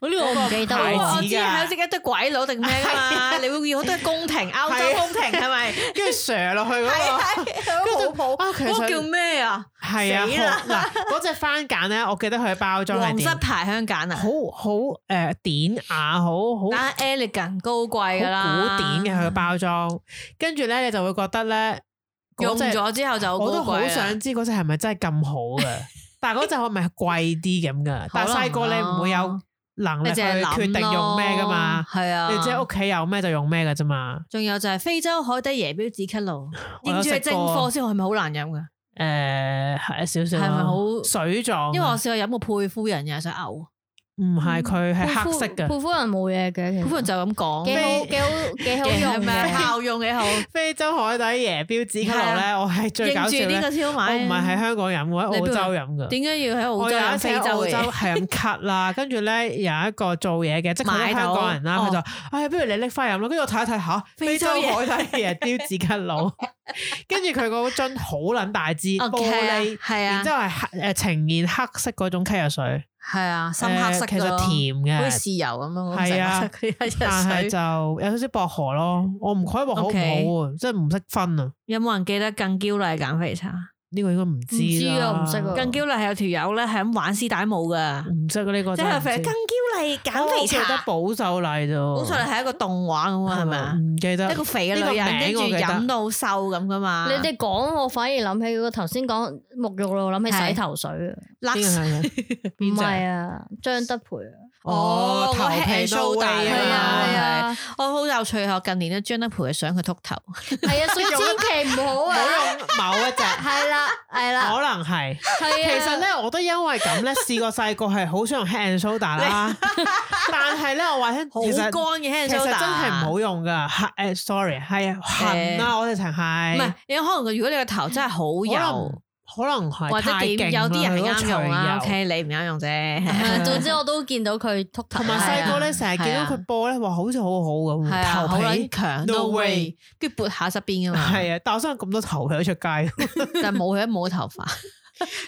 我呢個我唔記得牌喎子啊我知係好似一堆鬼佬定咩㗎嘛？你會要好多宮 廷、歐洲宮廷係咪？跟住射落去嗰個，跟住啊其實嗰個叫咩啊？係啊，死啦好嗱嗰只番梘咧，我記得佢嘅包裝係皇室點，牌香梘啊，好好誒典雅，好好但係 elegant 高貴噶啦，好古典嘅佢嘅包裝。跟住咧，你就會覺得咧，嗰用隻咗之後就好我都高貴好啊啦想知嗰隻係咪真係咁好 嘅。但係嗰隻係咪貴啲咁噶？但係細個你唔會有能力啊你去淨係諗決定用咩噶嘛？咯，係啊，你即係屋企有咩就用咩噶啫嘛。仲有就係非洲海底椰標止咳露， 我有認住係食正過哦貨先，係咪好難飲噶？誒係少少，係咪好水狀？啊因為我嗯試過飲過配夫人，又係想嘔，哦唔係佢係黑色配嘅。膚人冇嘢嘅，其實配夫人就咁講，幾好幾好幾好係用咪嘅。效用幾好？非洲海底椰標指卡路係啊咧，我係最搞認笑住呢個咧，先好我買。唔係喺香港飲，我喺你澳邊度洲飲噶。點解要喺澳我洲有一飲次非喺洲澳洲嘅？哦係咁咳 啦，跟住咧有一個做嘢嘅，即係佢買係香到港人啦，佢哦就哎呀，不如你拎翻飲啦。跟住我睇一睇吓，非非洲洲海底椰標指卡 路，跟住佢個樽好撚大支玻璃，係然哦啊之，後係黑誒呈現黑色嗰種咳藥水，係啊，深黑色誒其㗎實咯甜好嘅似。豉油咁樣，係啊成日食佢一但係日水。就有少少薄荷咯，我唔可以話好唔好 OK 啊，即係唔識分啊，有冇人記得更嬌麗減肥茶？呢個應該唔知唔知啊啦唔識啊更嬌麗係有條友咧係咁玩絲帶舞噶，唔識啊呢個即真係係唔肥知哦更嬌麗減肥我記得茶，保秀麗咋，好彩你係一個動畫咁啊，係咪啊？哦唔記得一個肥嘅呢個女人，跟名住我記得飲到瘦咁噶 嘛？你哋講我反而諗起嗰個頭先講沐浴露，諗起洗頭水啊，辣邊 個係咪？唔邊隻係啊，張德培啊，哦頭皮 head and shoulder 係啊係啊係啊，我好有趣啊！近年咧，張德培嘅相佢秃頭，係啊，所以千祈唔好唔啊，好用某 一隻，啊係啦係啦，可能係。係其啊，實咧，我都因為咁 咧，試過細個係好想用 hand and shoulder 啦， 但係咧，我話聽，好其實乾嘅 hand 其實 shoulder 真係唔好用噶，係誒，sorry，係啊痕啦，我哋層唔係，係，有可能如果你個頭真係好油，可能係或者太勁點，有啦啲人係嗰個啱用除啦。油 OK，你唔啱用啫。係總之我都見到佢禿頭，同埋係啊細個咧，成日見到佢播咧，話好似好好咁，係啊，頭好撚皮強 no ，no way way，跟住撥下側邊噶嘛，係啊，但我想咁多頭皮都出街， 但係冇佢冇頭髮，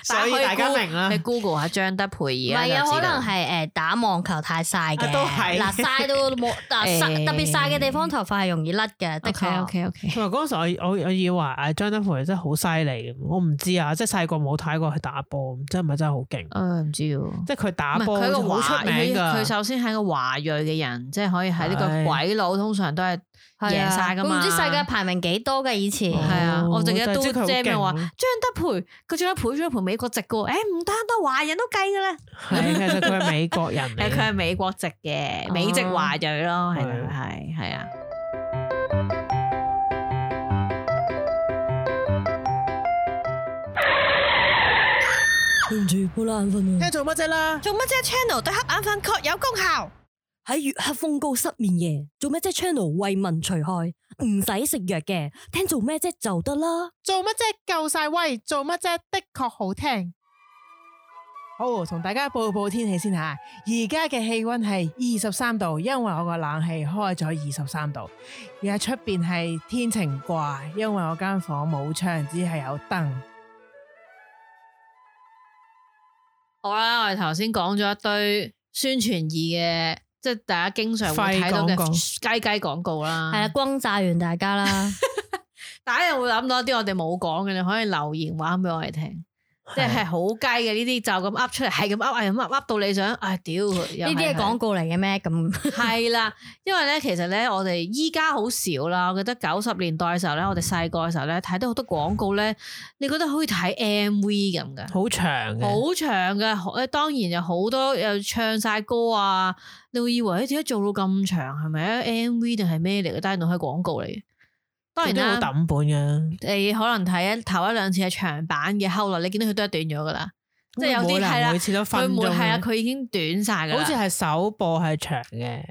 所以大家明啦你。Google 下張德培唔而家係啊，就可知能道。係誒打網球太晒嘅，啊都係嗱晒到冇嗱誒曬特別晒嘅地方頭髮係容易甩嘅，的 OK 確 OK OK，同埋嗰陣時我，我我以為誒張德培真係好犀利咁，我唔知啊，即係細個冇睇過佢打波，真係咪真係好勁？誒啊唔知喎。即係佢打哦唔係波佢一個好華，出名佢㗎佢。首先係一個華裔嘅人，即係可以喺呢係個鬼佬通常都係係啊贏晒㗎我唔知嘛世界排名幾多嘅以前，係啊，哦我淨記得但係都即係佢好姐咪話勁咯張德培，佢張德培張德培美國籍嘅喎，誒唔單單華人都計嘅咧，係，其實佢係啊哦美國人嚟誒佢嘅。係美國籍嘅，美籍華裔咯，係啦係係啊。對唔住，好眼瞓做乜啫啦？做乜啫？Channel 對黑眼瞓確有功效。喺月黑風高失眠夜，做咩啫？channel 為民除害，唔使食藥嘅，聽做咩啫就得啦。做乜啫？夠晒威！做乜啫？的確好聽。好，同大家報報天氣先吓。而家嘅氣温係二十三度，因為我個冷氣開咗二十三度。而家出邊係天晴掛，因為我間房冇窗，只係有燈。好啦，我哋頭先講咗一堆宣傳意嘅，即係大家經常會睇到廢廣告嘅雞雞廣告啦。係啊，轟炸完大家 啦，大家又會諗到一啲我哋冇講嘅，你可以留言話俾我哋聽。啊即係好雞嘅呢啲就咁噏出嚟，係咁噏，係咁噏，噏到你想，唉屌呢呢啲係廣告嚟嘅咩？咁係啦，因為咧，其實咧，我哋依家好少啦。我覺得九十年代嘅時候咧，我哋細個嘅時候咧，睇到好多廣告咧，你覺得好似睇 M V 咁嘅，好長嘅，好長嘅。好誒，當然有好多又唱晒歌啊，你會以為誒點解做到咁長？係咪 M V 定係咩嚟嘅？但係原來係廣告嚟嘅。當然都好啦，抌本嘅，你可能睇一頭一兩次係長版嘅，後來你見到佢都係短咗噶啦，即係有咁啲冇係啦，啦每，次都佢分每鐘嘅。係啊，佢已經短晒噶啦。好似係首播係長嘅，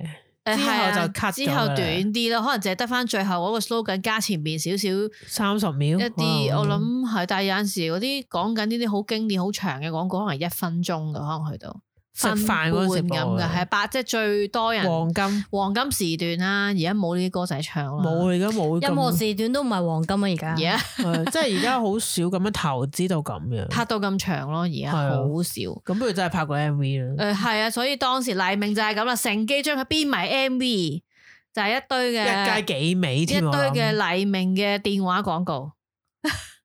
誒之後係啊就 cut 咗之後㗎啦短啲咯，可能淨係得翻最後嗰個 slogan 加前面少少一三十秒啲，哇我諗係，但係有陣時嗰啲講緊呢啲好經典、好長嘅廣告，可能一分鐘嘅，可能去到食飯嗰陣時分半咁播嘅，嘅係八即係最多人黃金黃金時段啦。而家冇呢啲歌仔唱啦，冇啊而家冇任何咁，時段都唔係黃金啊！而家而家 係即係而家好少咁樣投資到咁樣。拍到咁長咯，而家係啊好少。咁不如真係拍個 M V 啦。誒係啊，所以當時黎明就係咁啦，乘機將佢編埋 MV，就係一堆嘅一街幾尾一堆添，我諗嘅黎明嘅電話廣告。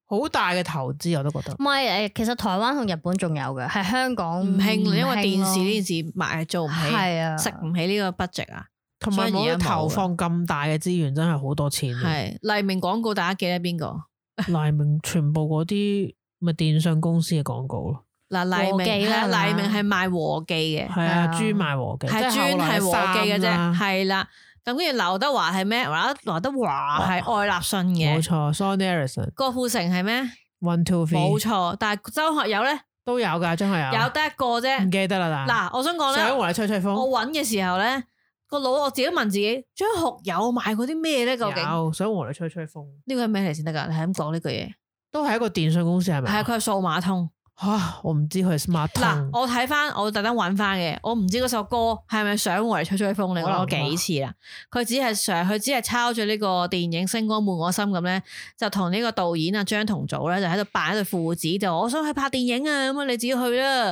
好大嘅投資，我都覺得唔係誒，其實台灣同日本仲有嘅，係香港嗯唔興啦，因為電視呢啲件事賣做唔起，係啊，食唔起呢個 budget 啊。同埋所以冇而家冇投放咁大嘅資源，真係好多錢。啊係黎明廣告，大家記得邊個？黎明全部嗰啲咪電信公司嘅廣告咯，嗱，黎和記明啦係啊係嘛黎明係賣和記嘅，係係啊啊，專賣和記，係即專後來係和記三啦嘅啫，係啦。咁跟住劉德華係咩？劉德劉德華係愛立信冇嘅，錯。Son Ericsson 郭富城係咩？ One Two 冇 Three 錯，但係周學友咧都有㗎，張學友有得一個啊唔啫。記得啦嗱。嗱，我想講想咧，和你吹吹我風，揾嘅時候咧，個腦我自己問自己，張學友賣嗰啲咩咧？究竟有想和你吹吹風，呢個係咩嚟先得㗎？你係咁講呢句嘢，都係一個電信公司係咪啊？係佢係數碼通。吓，我唔知佢係 smart 嗱通，，我睇翻，我特登揾翻嘅，我唔知嗰首歌係咪想為吹吹風，你可能我幾次啦。佢只係上，佢只係抄咗呢個電影《星光伴我心》咁咧，就同呢個導演啊張同祖咧就喺度扮一對父子，就我想去拍電影啊，咁啊你自己去啦。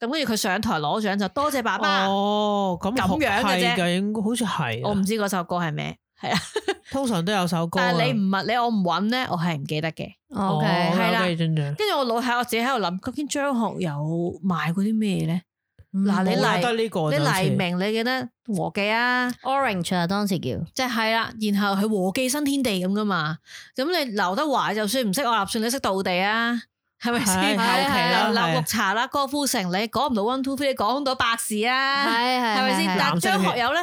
咁跟住佢上台攞獎就多謝爸爸。哦，咁咁樣嘅啫係嘅，應該好似係。啊我唔知嗰首歌係咩，係啊，通常都有首歌啊。 但係你唔問你，我唔揾咧，我係唔記得嘅。哦 OK 係啦，OK，真正跟住我腦喺我自己喺度諗，究竟張學友賣過啲咩咧？嗱，你冇啦黎得呢個你哦就好似黎明，你記得和記啊？ Orange 啊，當時叫即係啦，然後係和記新天地咁噶嘛。咁你劉德華就算唔識我，立算你識道地啊，係咪先？係後期啦劉係綠茶啦，郭富城，你講唔到 one two three，你講到百事啊，係係係咪先？但係張學友咧，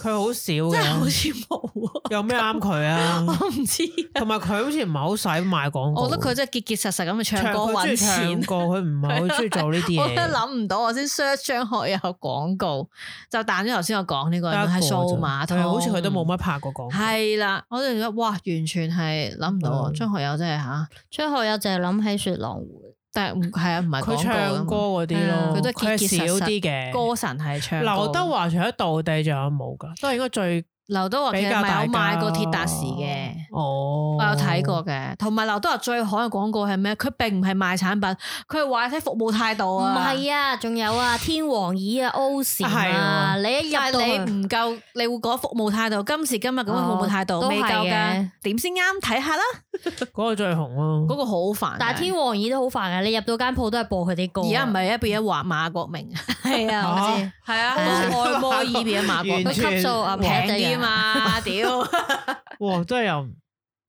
佢好少真係好嘅，似冇啊，有咩啱佢啊？我唔知啊。同埋佢好似唔係好使賣廣告，我覺得佢真係結結實實咁去唱歌佢中意揾唱錢。歌，佢唔係好中意做呢 我啲都嘢。諗唔到，我先 search 張學友廣告，就彈咗頭先我講呢個得一個係啫數碼通，係好似佢都冇乜拍過廣告。系啦，我就覺得哇，完全係諗唔到啊！嗯張學友真係吓，張學友就係諗起雪狼湖，但係唔係啊，唔係廣告佢㗎唱歌嘛嗰啲係啊咯，佢都係佢係結結實實少啲嘅。歌神係唱歌。劉德華除咗道地仲有冇噶？都係應該最劉德哦華其比實較咪大有家賣過鐵達時嘅。哦，我有睇過嘅，同埋劉德華最好嘅廣告係咩？佢並唔係賣產品，佢係話睇服務態度唔啊。係啊，仲有啊，天王椅啊，Ocean 啊，啊你一入但到係去你唔夠，你會講服務態度。今時今日咁嘅哦服務態度都係未夠㗎嘅，點先啱？睇下啦，嗰個最紅咯。嗰個好煩㗎。但係天王椅都好煩啊！你入到間鋪都係播佢啲歌。而家唔係一變一話馬國明，係啊，我知。係啊，係啊好似愛摩爾變咗馬國佢明完。全級數啊平啲啊嘛，屌！哇，真係又唔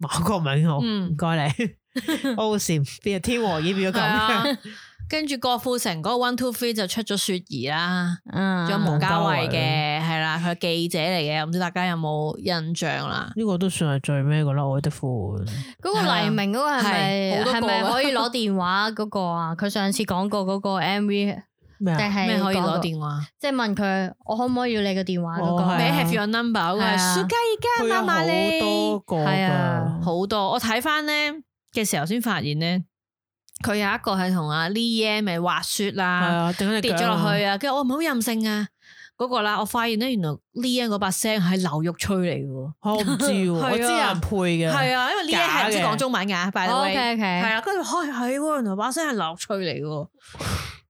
馬國明好，嗯唔該 你。O 閃變咗天王已變咗係啊咁樣，， 跟住郭富城嗰個 One Two Three 就出咗雪兒啦，嗯，仲有啊毛家衛毛家嘅，係啦，佢係記者嚟嘅，唔知大家有冇印象啦？呢個都算係最咩噶啦，《愛的呼喚》嗰個黎明嗰個係係啊咪好多係個咪㗎可以攞電話嗰個啊？佢上次講過嗰個 MV，咩定啊？係咩可以講過攞電話？即係問佢我可唔可以要你個電話嗰個哦係啊咩咩 Have Your Number 嗰個係係啊暑假而佢家有媽媽好多嗯你個係啊㗎。好多，我睇翻咧嘅時候先發現咧，佢有一個係同阿 Lee Yan 咪滑雪係啦。啊，整跌咗落去啊！跟住我唔好任性啊，嗰、個啦，我發現咧原來呢一嗰把聲係劉玉翠嚟嘅喎，我唔知喎， 係啊我知有人配嘅，係啊，因為呢一係唔識假嘅講中文㗎，by the ？O way， K O 係 K，啦，跟住開係喎，原來把聲係劉玉翠嚟嘅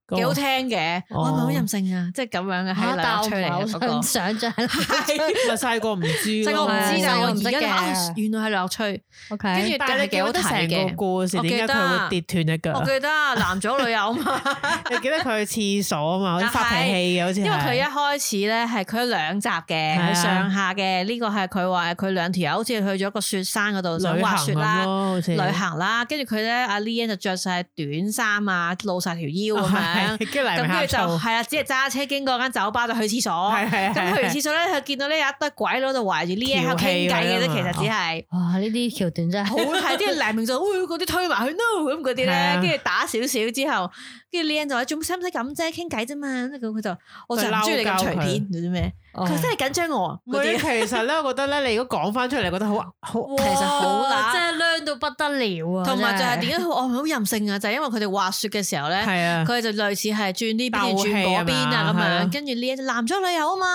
咁喎，幾 好聽嘅，哦我唔好任性啊，即係咁樣嘅，係但我唔係劉好玉翠嚟嘅嗰個想。想像。 係我細個唔知即㗎係我唔知，係但係細我個唔識而家就嘅啊原來係劉玉翠， O 跟 K，住但係係幾好你記得睇成個嘅。故事我記得啊點解佢會跌斷一腳我啊？記得啊男左女右啊嘛，你記得佢去廁所啊嘛？好似發脾氣嘅，好似係因為佢一開始咧係佢有兩集嘅，係啊佢上下嘅呢個係佢話佢兩條友好似去咗個雪山嗰度想旅滑行雪咁啦。咯，好似旅行啦，跟住佢咧，阿 l e a n 就着晒短衫啊，露晒條 腰係咁樣，跟住黎咁明跟住就呷醋係啊，只係揸車經過間酒吧就去廁所，係係係咁去完係廁所咧，佢見到呢有一堆鬼佬就圍住 l e a n 喺度傾偈嘅啫，調戲其佢實啊嘛只係。哇！呢啲橋段真好係係啲黎明就喂嗰啲推埋去 no 咁嗰係啲咧啊，跟住打少少之後，跟住 Leon 就話做使唔使咁啫，傾偈啫嘛，咁佢就我就唔中意你咁隨便，唔知咩，哦佢真係緊張我唔嗰係，啲，其實咧，我覺得咧，你如果講翻出嚟，覺得好好其實好哇乸真係靚到不得了啊！哦同埋就真係點解我好任性啊？就係因為佢哋滑雪嘅時候咧，係啊，佢就類似係轉呢邊鬥氣轉嗰邊啊啊嘛係咁啊樣，跟住 Leon 就男咗女友啊嘛，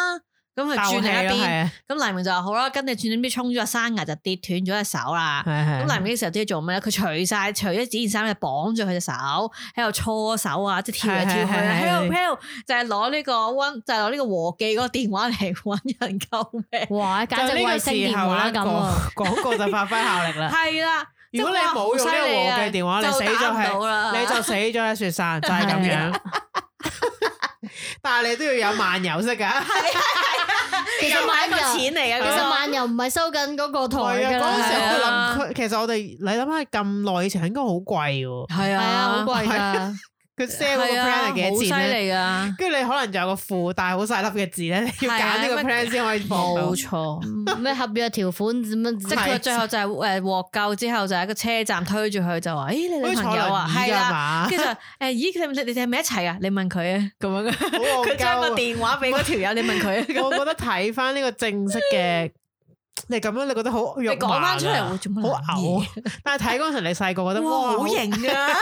咁佢鬥轉另一氣咯係邊，啊，咁黎明就話好啦，跟住轉呢邊衝咗個山崖就跌斷咗隻手啦。係係。咁黎明嘅時候都要做咩咧？佢除晒除咗紫件衫，就綁住佢隻手喺度搓手啊，即係跳嚟跳去啊，係係係喺度喺度就係攞呢個溫，就係攞呢個和記嗰個電話嚟揾人救命。哇，簡直就呢個衛星電話時咁候啊！呢廣廣告就發揮效 力啦。係啦，啊如果你冇用呢個啊和記電話，你死咗係你就死咗喺雪山，就係咁樣。但係你都要有漫遊式㗎。其其實實啊買漫個遊，錢嚟嘅，其其實實買漫遊唔係收緊嗰個台係啊，嗰㗎陣啦，時係啊我諗佢，其實我哋你諗下咁耐以前應該好貴喎，係係啊，好啊，貴㗎。佢 sell 嗰個係啊， plan 係好幾犀錢咧？利啊！跟住你可能就有個副帶好細粒嘅字咧， 你要係啊揀呢個因為 plan 先可以放到冇。錯。咩合約條款咁樣，即係佢最後就係誒獲救之後，就喺個車站推住佢，就話：，咦，你好女似坐朋友啊，輪椅㗎係啦。 嘛，跟住就誒，咦，你你哋係咪一齊啊？你問佢啊，咁樣嘅。好戇佢將個鳩啊電話俾嗰條友，你問佢啊 咁我覺得睇翻呢個正式 嘅，你咁樣你覺得好 肉你講翻出嚟會會做乜好嘢嘔。但係睇嗰陣時，你細個覺得哇哇，好，型 啊！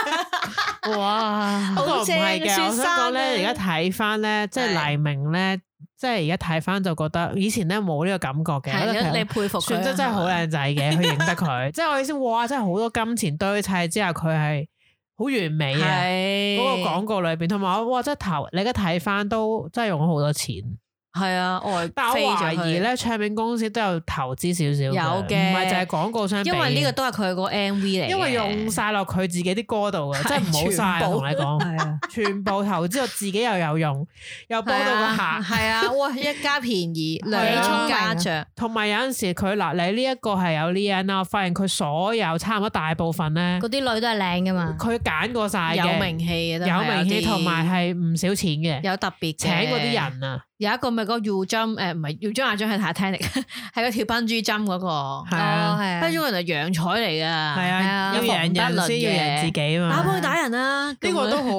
哇，不過好唔正係嘅嘅。我想雪講山啊咧，而家睇翻咧，即係係黎明咧，即係而家睇翻就覺得以前咧冇呢個感覺嘅，覺得係佢你佩服佢算啊，得真係好係嘛啊靚仔嘅，佢認得 佢，即係我意思，哇！真係好多金錢堆砌之後，佢係好完美啊！係嗰個廣告裏邊，同埋我哇，真係投你而家睇翻都真係用咗好多錢，系啊，外但飛我咗懷佢疑，咧，唱片公司都有投資少少，有嘅唔係就係廣告商俾嘅。因為呢個都係佢個 M V 嚟嘅，因為用晒落佢自己啲歌度嘅，真係唔好晒啊。全部同你 講，係啊，全部投資我自己又有用，又幫到個客。系啊，哇！一家便宜，啊兩充家着，同埋有陣時佢嗱，你呢一個係有呢人啦，我發現佢所有差唔多大部分咧，嗰啲女都係靚噶嘛，佢揀過晒嘅啊有名氣嘅都係，有名氣，啲同埋係唔少錢嘅，有特別嘅請嗰啲。人啊，有一個咪嗰個 U jump 誒，唔係 U jump 阿張係 Titanic，係 個跳笨豬 jump 嗰個，係啊哦，係跟啊住原來楊彩嚟㗎，係係啊啊，要有贏防人不倫先要嘅贏自己啊打嘛。波去打人 啦，呢個咁樣都好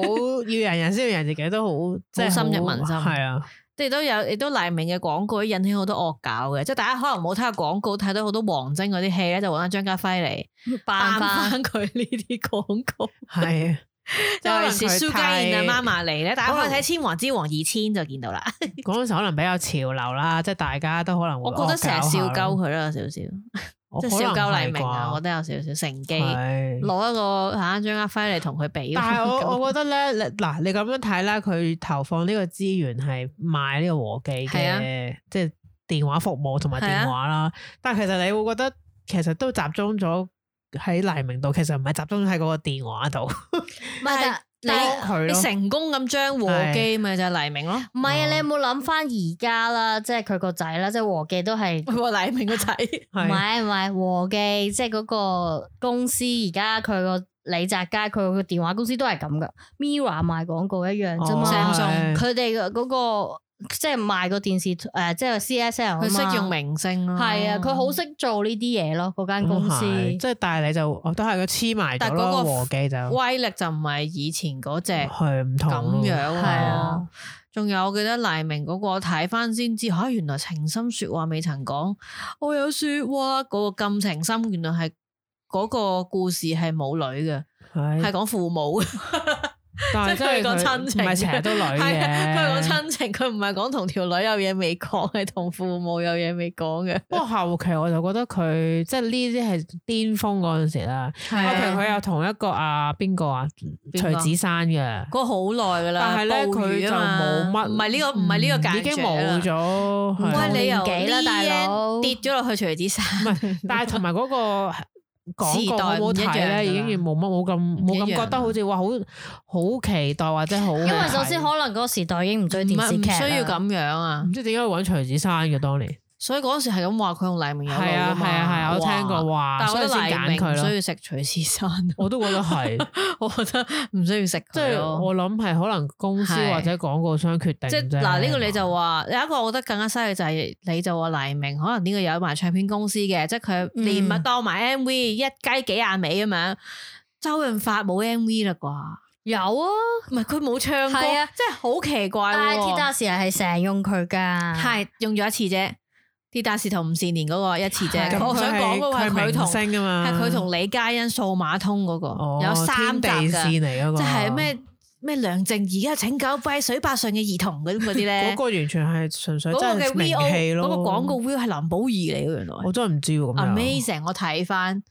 要人人先要人自己都好，即係好深入好民心係啊，亦都有，亦都黎明嘅廣告引起好多惡搞嘅，即係大家可能冇睇下廣告，睇到好多王晶嗰啲戲咧，就揾阿張家輝嚟扮扮花翻佢呢啲廣告，係啊， 即係例如佢蘇家燕太啊、媽媽嚟咧，大家可以睇《千王之王二千》就見到啦。嗰陣時可能比較潮流啦，即係大家都可能會我覺得成日惡搞下笑鳩咯，佢啦，有少少，即係笑鳩黎明啊，我覺得有少少乘機攞係一個嚇張家輝嚟同佢比。但係我我覺得咧，你嗱你咁樣睇啦，佢投放呢個資源係賣呢個和記係啊嘅，即係電話服務同埋係啊電話啦。但係其實你會覺得其實都集中咗喺黎明度，其實唔係集中喺嗰個電話度，唔係你但幫佢你咯。成功咁將和記咪就係黎 明咯，唔係啊，哦你有冇諗翻而家啦？即係佢個仔啦，即係和記都係。喎黎明個仔。唔係係唔係和記，即係嗰個公司而家佢個李澤楷佢個電話公司都係咁噶，Mira 賣廣告一樣啫哦嘛。係 Samsung 佢哋嗰個即係賣個電視誒、呃即係 CSL 佢識用哦名，明星咯，係啊，佢好識做呢啲嘢咯，嗰間公咁司。係即係但係你就哦都係佢黐埋咗但係嗰咯，個和記就威力就唔係以前嗰只係唔同咯咁樣係啊啊。仲有我記得黎明嗰、個我睇翻先知，嚇、原來情深説話未曾講，我有説話嗰、個咁情深，原來係嗰個故事係冇女嘅，係係，講父母嘅，但係即真係佢係講親佢情，唔係成日都女嘅， 係啊佢係講親情，佢唔係講同條女有嘢未講，係同父母有嘢未講嘅。不過後期我就覺得佢即係呢啲係巔峰嗰陣時啦。係後期啊，佢又同一個啊邊個啊邊徐個子珊嘅，嗰個好耐噶啦，但係咧暴雨佢就啊冇嘛乜，嗯唔係呢個唔係呢個間已經諜啊冇咗。唔係啊同喂，你由年紀啦大佬 Leanne 跌咗落去徐子珊，唔 係，但係同埋嗰個。廣告好唔好睇時代唔一樣㗎啦咧？已經冇乜冇咁冇唔一樣咁覺得好似哇好好期待或者好好睇。因為首先可能嗰個時代已經唔追唔電係視唔劇需啦要咁樣啊唔。知點解要揾徐子珊嘅當年。所以嗰陣時係咁話佢用黎明有路係啊㗎係嘛啊係啊，我聽過話，哇但係所我以覺先得黎揀明佢唔需咯。要食徐先生，我都覺得係。 我覺得唔需要食即佢係咯。我諗係可能公司係或者廣告商決定即係啫嗱，呢個你就話有一個我覺得更加犀利就係你就話黎明可能呢個有埋唱片公司嘅，即係佢連埋嗯當埋 M V 一雞幾廿尾咁樣。周潤發冇 M V 啦啩？有啊，唔係佢冇唱歌，係啊即係好奇怪但係喎鐵達時係成日用佢噶，係用咗一次啫，跌打士同吳善年嗰個一次啫。咁我想講嗰個佢係佢明同星啊嘛，係佢同李嘉欣數碼通嗰哦個有三天集地㗎，線嚟嗰個，即係咩咩梁靜而家拯救跛水壩上嘅兒童嗰啲嗰啲 咧嗰。個完全係純粹嗰個真嘅係名 V.O. 氣咯，嗰個廣告 V.O. 係林保怡嚟嘅，原來我真係唔知喎咁樣啊 Amazing！我睇翻，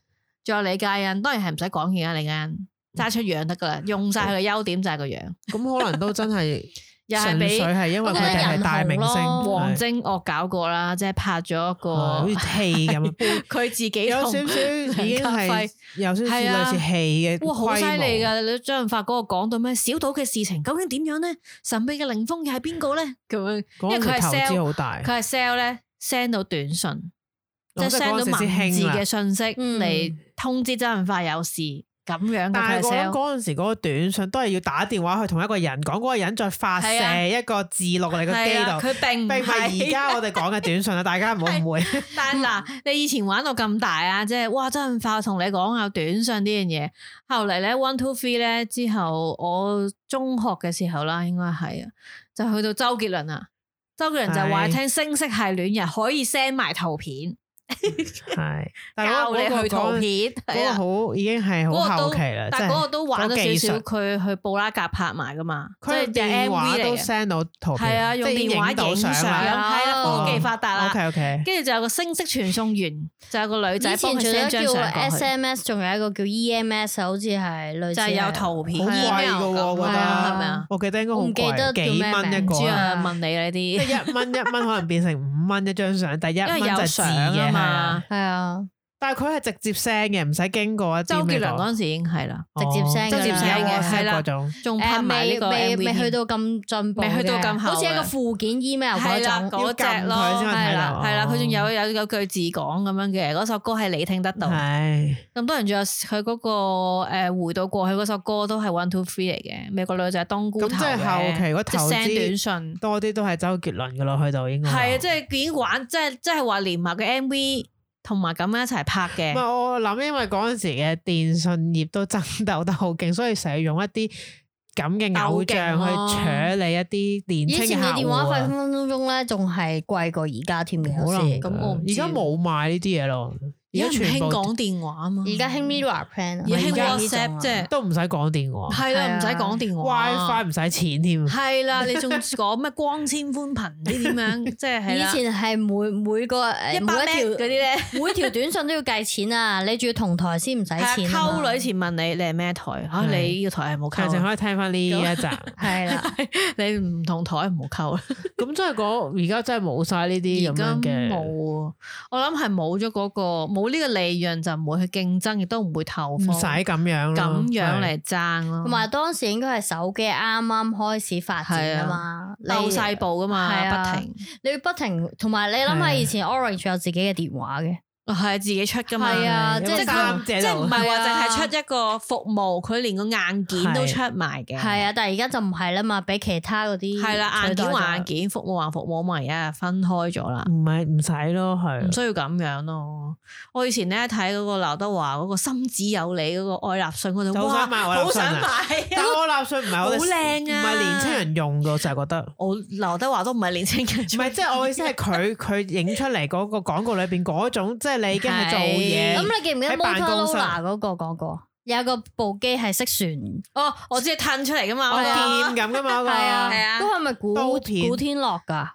仲有李嘉欣，當然係唔使講嘢啦，李嘉嗯欣揸出樣得噶啦，用晒佢嘅優點就係個樣，咁可能都真係 又係純粹俾係因為佢哋係大明我覺得人紅星，咯王係晶惡搞過啦，即係拍咗一係好個似戲咁，啊 佢自己有少同少 已經梁家輝係有少少係啊類似戲嘅 哇，好犀利㗎！噶！你張潤發嗰個講到咩小島嘅事情，究竟點樣咧？神秘嘅凌風又係邊個咧？咁樣，因嗰陣為佢時係投 sell，資好大，佢係 sell 咧 send 到短信，即我係覺得 send 哦嗰陣時到文先興啊字啦嘅信息嗯嚟通知張潤發有事咁樣嘅。佢但係係我諗 sell 嗰陣時嗰個短信都係要打電話去同一個人講，嗰個人再發係啊射一個字落嚟個機係啊，度。佢並唔並唔係而係。家我哋講嘅短信啊，大家唔好誤 會。但 係嗱，你以前玩到咁大啊，即係哇張潤發同你講有短信呢樣嘢。後嚟咧 one two three 咧之後，我中學嘅時候啦，應該係啊，就去到周杰倫啊。周杰倫就話係聽聲色係戀人可以 send 埋圖片，系，但教你去圖片，嗰個片，係啊好已經係嗰個好都後期啦，即但嗰個係都玩咗技少少，術佢去布拉格拍埋噶嘛，即佢係隻電 M V 話嚟都嘅， send 到圖片，係啊，用即係已經電話到啊影相，係啦。啦，哦科技發達 O 啦， K O K，跟住就有個星式傳送員，就有個女以仔前幫仲佢有 send 一個叫張相過去， SMS，仲有一個叫 E EMS，好啊似係類似就係有圖片好貴㗎 email 喎咁我覺係得啊係咪啊？我記得應該好我唔記得貴，叫幾咩蚊一名個唔知啊，啊，問你呢即啲，係一蚊一蚊可能變成五蚊一張相，但係因一為蚊就字有相嘅啊係啊嘛。係啊，但係佢係直接 send 嘅，唔使經過一啊啲 周杰咩倫講嗰陣時已經係啦，哦直接 send 㗎啦直接 send 嘅係啦嗰種。仲拍誒埋呢未個未 MV 未添去到咁進步嘅，未去到咁後好似一個嘅附件 email 係啦，嗰種。嗰只咯，要撳佢先可以係睇啦到，係啦，哦佢仲有有有句字講咁樣嘅，嗰首歌係你聽得到。系咁當然仲有佢嗰個诶回到過去嗰首歌都係 One Two Three 嚟嘅，美國女仔冬菇咁頭即係嘅後期嗰嗯即投 send 短資信，多啲都係周杰倫噶咯，去到應該係啊，即係已經玩，即係即係話連埋個 M V 同埋咁樣一齊拍唔嘅係，我諗，因為嗰陣時嘅電信業都爭鬥得好勁，所以成日用一啲咁嘅偶像鬥勁咯去扯你一啲年以青前嘅嘅客電戶話費啊分分鐘鐘咧，仲係貴過而家添嘅，可有能時咁我唔而知家冇賣呢啲嘢咯，而家唔全興部講電話啊嘛，而家興 Mirror Plan，啊而家興係呢種啊 WhatsApp 即係都唔使講電話係係啦，啊唔使講電話。 ，WiFi 唔使錢添，係啦，你仲講咩光纖寬頻呢啲 點樣？即係係啦以前係每每個一誒百每一 m 嗰啲條咧。每條短信都要計錢啊！你仲要同台先唔使係錢啊嘛，溝女前問你你係咩台嚇，係你呢個台係冇強情溝啊，可以聽翻呢一集。係啦，你唔同台唔好溝啊。咁真係講，而家真係冇晒呢啲咁而家樣嘅，冇啊，我諗係冇咗嗰個冇呢個利潤就唔會去競爭，亦都唔會投唔放，使咁樣咯咁係樣嚟爭咯。同埋當時應該係手機啱啱開始發展啊嘛，你鬥細步噶係嘛，啊不停你要不停，同埋你諗係啊下以前 Orange 有自己嘅電話嘅，哦係自己出噶嘛。係啊，係即有即係係三佢隻即係唔係係話啊淨係出一個服務，佢連個硬件都出埋嘅。係啊，但係而家就唔係啦嘛，俾其他嗰啲係啦，取代硬件咗還硬件，服務還服務，咪而家分開咗啦。唔係啊唔使咯，係唔需要咁樣咯。我以前咧睇嗰個劉德華嗰個心只有你嗰個愛立信嗰度，就好哇，想買愛立好信想啊買但啊！我立信唔係我哋好靚啊唔係年青人用嘅，我就係覺得。我劉德華都唔係年青人，唔唔 係，即係我意思係佢佢影出嚟嗰個廣告裏邊嗰種，即係你已經係做嘢。係咁你記唔記得喺辦公室 Motorola 嗰個講過？有個部機係識哦，我只係褪出嚟噶嘛，我我係啊掂咁噶嘛，船，係啊，係啊嗰個係咪古刀片古天樂㗎？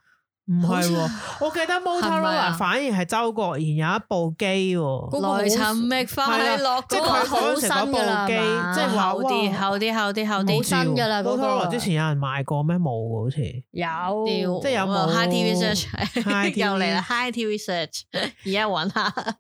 唔係喎，我記得啊係咪 Motorola 啊反而係周國賢有一部機喎，來尋覓快樂即係佢嗰個啊好嗰陣時嗰部新㗎啦啊機，嘛即係話後啲哇後啲後啲後好啲新㗎啦嗰個 Motorola 之前有人賣過咩？冇喎，好似屌有即係有冇 High TV Search High 又嚟啦 TV High TV Search 而家揾下，好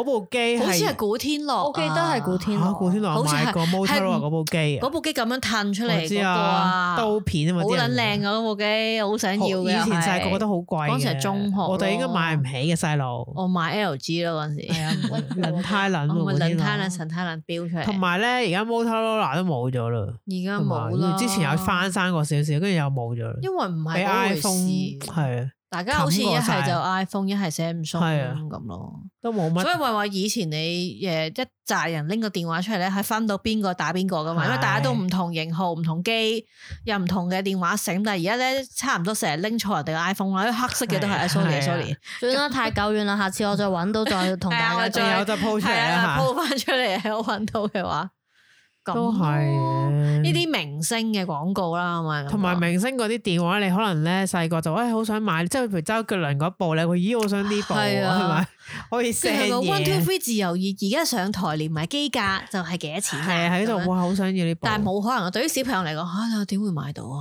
嗰部機係似係古天樂啊，我記得係古天嚇樂，啊古天樂好似係賣過 Motorola 嗰部機啊嗰，部機咁樣褪出嚟我知嗰個啊，刀片啊嘛，好啲人撚靚啊！嗰部機好想要嘅，以前細個覺得好貴嘅，嗰時係中學咯我哋應該買唔起嘅細路，我買 LG 咯嗰陣時，啊 輪胎輪我咪喎，輪胎啦、神胎啦標出嚟，啊同埋咧，而家 Motorola 都冇咗啦，而家同埋啊冇啦。之前有，翻生過少少，跟住又冇咗啦，因為唔係俾 iPhone 嗰回事，係啊，大家好似一冚過晒係就 iPhone，一係 Samsung 咁咯。都冇所以乜。話話以前你誒一扎人拎個電話出嚟咧，係分到邊個打邊個噶嘛，係因為大家都唔同型號、唔同機，又唔同嘅電話繩。但係而家咧，差唔多成日拎錯人哋嘅 iPhone 啦，因為黑色嘅都係係啊哎係啊，sorry sorry，算啦，太久遠啦，下次我再揾到再同係啊大我家再講有就 po 出嚟係啦啊，嚇，鋪翻出嚟係我揾到嘅話，咁都係咯嘅呢。啲明星嘅廣告啦，係咪咁講啊同埋明星嗰啲電話，你可能咧細個就誒好想買，即係譬如周杰倫嗰部咧，佢咦我想呢部喎係啊係咪 可以 send ，one 嘢 two？three 自由意，而家上台連埋機價就係幾多錢係啊？啊喺咁度樣哇，好想要呢部，但係冇可能。啊對於小朋友嚟講，嚇我點會買到啊？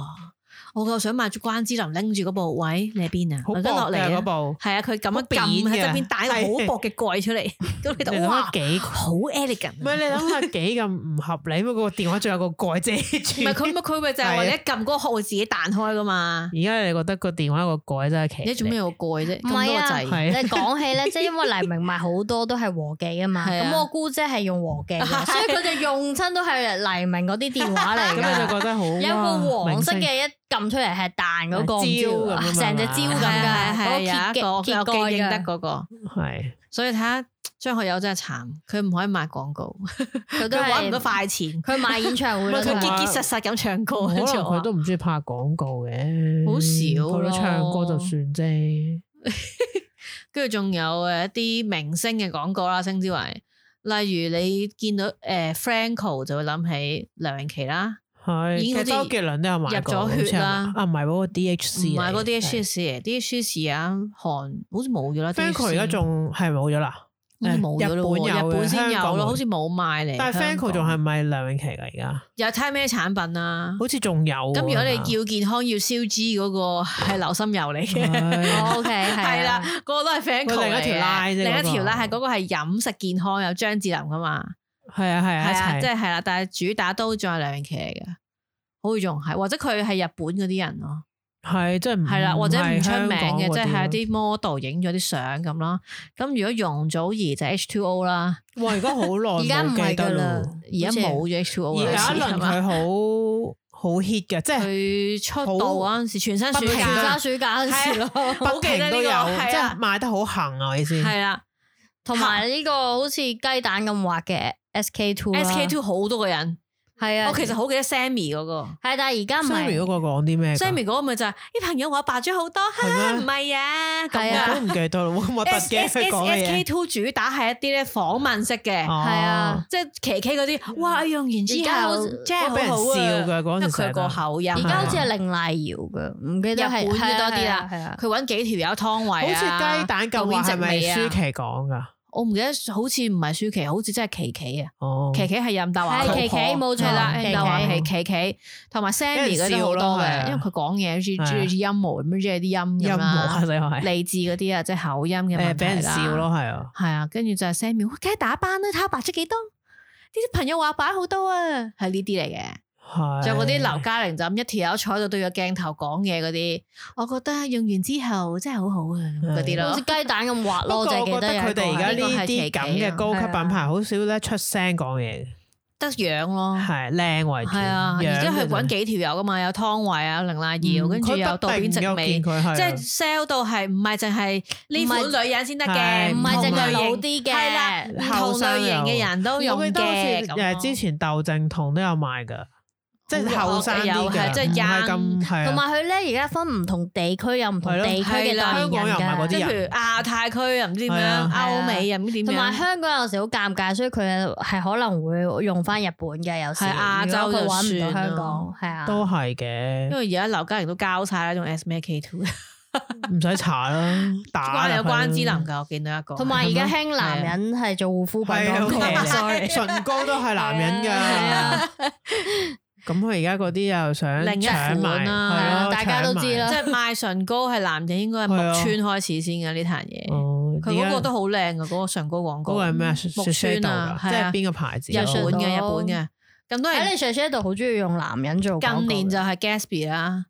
我夠想買住關之琳拎住嗰部，喂你喺邊啊？好我薄而家落嚟嘅嗰啊！部。係啊，佢咁好樣扁撳喺嘅側邊打個係好薄嘅蓋出嚟，咁 你你就諗哇下，幾好 elegant 啊。唔係你諗下幾咁唔合理，不過個電話仲有個蓋遮住。唔係佢咪佢咪就係話係你啊一撳嗰個殼會自己彈開噶 嘛？而家你覺得個電話個蓋真係奇？你做咩？有蓋啫？唔咁多係個啊，掣。掣你講起咧，即係因為黎明賣好多都係和記啊嘛，係啊咁我姑姐係用和記嘅，所以佢就用親都係黎明嗰啲電話 嚟咁你就嘅。覺得好啊有個黃色哇明星嘅一撳出嚟係彈嗰個唔係蕉咁啊知嘛成隻蕉咁係啊㗎，係啊嗰有一個個我揭記揭我記蓋認得嘅，嗰個， 係所以睇下張學友真係慘，佢唔可以賣廣告，佢都佢揾唔到係快錢，佢賣演唱會佢啦，唔係結佢同埋結實實咁唱歌，可能跟住佢我都唔中意拍廣告嘅，啊好少佢啊都咯唱歌就算啫。跟住仲有誒一啲明星嘅廣告啦，稱之為，例如你見到誒、呃 Franco 就會諗起梁詠琪啦，系，其已經實周杰倫都有買過入咗血啦好似係嘛啊，唔係嗰個 DHC，唔係嗰啲係 H S 嘅，D H S 啊，韓好似冇咗啦 Franco 而家 DHC 仲係冇咗啦，好似冇咗咯日喎，本有日嘅本先有香港冇咯，好似冇賣嚟。但係香 Franco 港仲係咪梁詠琪㗎？而家又睇咩產品啊？好似仲有喎。咁如果你係嘛啊要健康要燒脂嗰個係流心油嚟嘅，唉 O K，係哦係啊啦啦，， 嗰個都係 Franco 佢另一條嚟嘅 line 啫另嗰個一條拉係嗰個係飲食健康有張智霖噶嘛，係啊係係啊，啊，一即齊係係啦，但係主打都仲係梁詠琪嚟嘅，好似仲係，或者佢係日本嗰啲人咯，係即係嗯唔係啦，或者唔出香名港嘅，嗰即係咯啲 model 影咗啲相咁咯。咁如果容祖兒就 H two O 啦，哇！而家 好耐而家唔冇記係得㗎啦咯。而家冇咗 H two 而 O 有啦，一好似輪係嘛佢好好 hit 嘅，即係佢出道嗰阵时，全身暑不停全假家，暑假嗰時咯， 好啊不記停得呢都個有，係即係啊賣得好行啊！我意思係啦同埋呢個好似雞蛋咁滑嘅 S K two 啊，S K two 好多個人，係啊，我其實好記得 Sammy 嗰個。係，但係而家唔 Sammy 嗰係個講啲咩㗎 Sammy 嗰個咪就係啲朋友話我白咗好多，哈係哈咩唔係啊，咁係啊我都唔記 得咯，好核突 S 嘅 S 佢 S 講 S 嘅 K 嘢。 Two 主打係一啲咧訪問式嘅，哦係啊，即係琪琪嗰啲，哇！用完之而家好後似真係都俾人嗯好好啊，笑㗎嗰陣因為時佢個口啊音，而家好似係凌麗瑤嘅，唔記得日係本嘅多啲啦係啊，佢揾幾條友湯好位似啊雞蛋咁舊話年係咪食味舒啊淇講㗎？我唔記得，好似唔係舒淇，好似真係琪琪啊，哦，琪琪係任達華係老婆，琪琪冇錯係啦，琪琪任達華係嗯琪琪，同埋 Sammy 嗰啲有人笑好多咯係啊嘅，因為佢講嘢好似係啊中意音模咁，即係啲音音咁樂啊，啦，所以我係理智嗰啲啊，即係口音誒嘅問俾人題啦笑咯，係啊。系啊，跟住就係 Sammy，哇梗係打班啦，睇下白咗幾多。啲朋友話擺好多啊，係呢啲嚟嘅。係仲有嗰啲劉嘉玲就咁一條友坐喺度對個鏡頭講嘢嗰啲，我覺得用完之後真係好好啊咁嗰啲好似咯。雞蛋咁滑不咯，過我就係記我覺得有一佢個哋而家呢個呢係啲奇咁奇嘅啊高級係啊品牌，好少咧出聲講嘢嘅，得樣咯，係啊靚為主。哦係啊，而家佢揾幾幾條友噶嘛，有湯唯啊、凌麗嗯瑤，跟住有渡邊直美，佢係啊即係 sell 到係唔係淨係呢唔款係女人先得係嘅，唔係淨同係類老型啲係啦，唔嘅，同類型嘅人都用我記得好嘅。似咁誒咯之前竇靖童都有賣㗎，即係後生啲啊有嘅，係即係唔係咁 young，係啊同埋佢咧而家分唔同地區有唔同係咯地區嘅係啦代言香港又唔係嗰啲人即㗎。係譬如亞太區又唔知點係啊樣，歐美又唔知點樣，同埋香港有時好尷尬，所以佢係可能會用翻日本嘅，有時係亞洲如果佢揾唔就到算啦香港，係啊，都係因嘅，為而家劉嘉玲都交晒啦，仲 S 咩 K two，唔使查啦，打關有入去關之啦琳㗎，我見到一個。同埋而家興男人係做護膚品廣告係啊 ，sorry，唇膏都係男人係㗎啊。咁佢而家嗰啲又想另一搶埋款啦係係咯啊大家都知啦即係賣唇膏係男人應該係木係啊村開始先嘅呢壇嘢搶埋。哦，佢嗰個都而好靚啊嘅嗰個唇膏家嗰廣告，個係咩啊？木村 Shiseido 啊㗎係即係啊邊個牌子日啊？本有嘅日本嘅，咁都喺你係 s h a 度好中意用男人做廣告近嘅。年就係 Gatsby 啦。嗯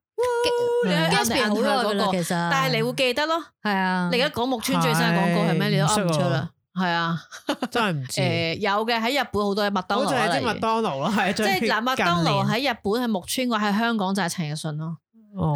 你去啊 Gatsby 好耐㗎啦嗰其個實但係你會記得咯。係啊，你而家講木村最新嘅廣告係咩？你都噏唔出啦。係啊，真係唔知。誒有嘅喺日本好多麥當好勞似係啦啲例如麥當勞 啦，係即係嗱，麥當勞係喺日本係木村嘅，喺香港就係陳奕迅咯。哦，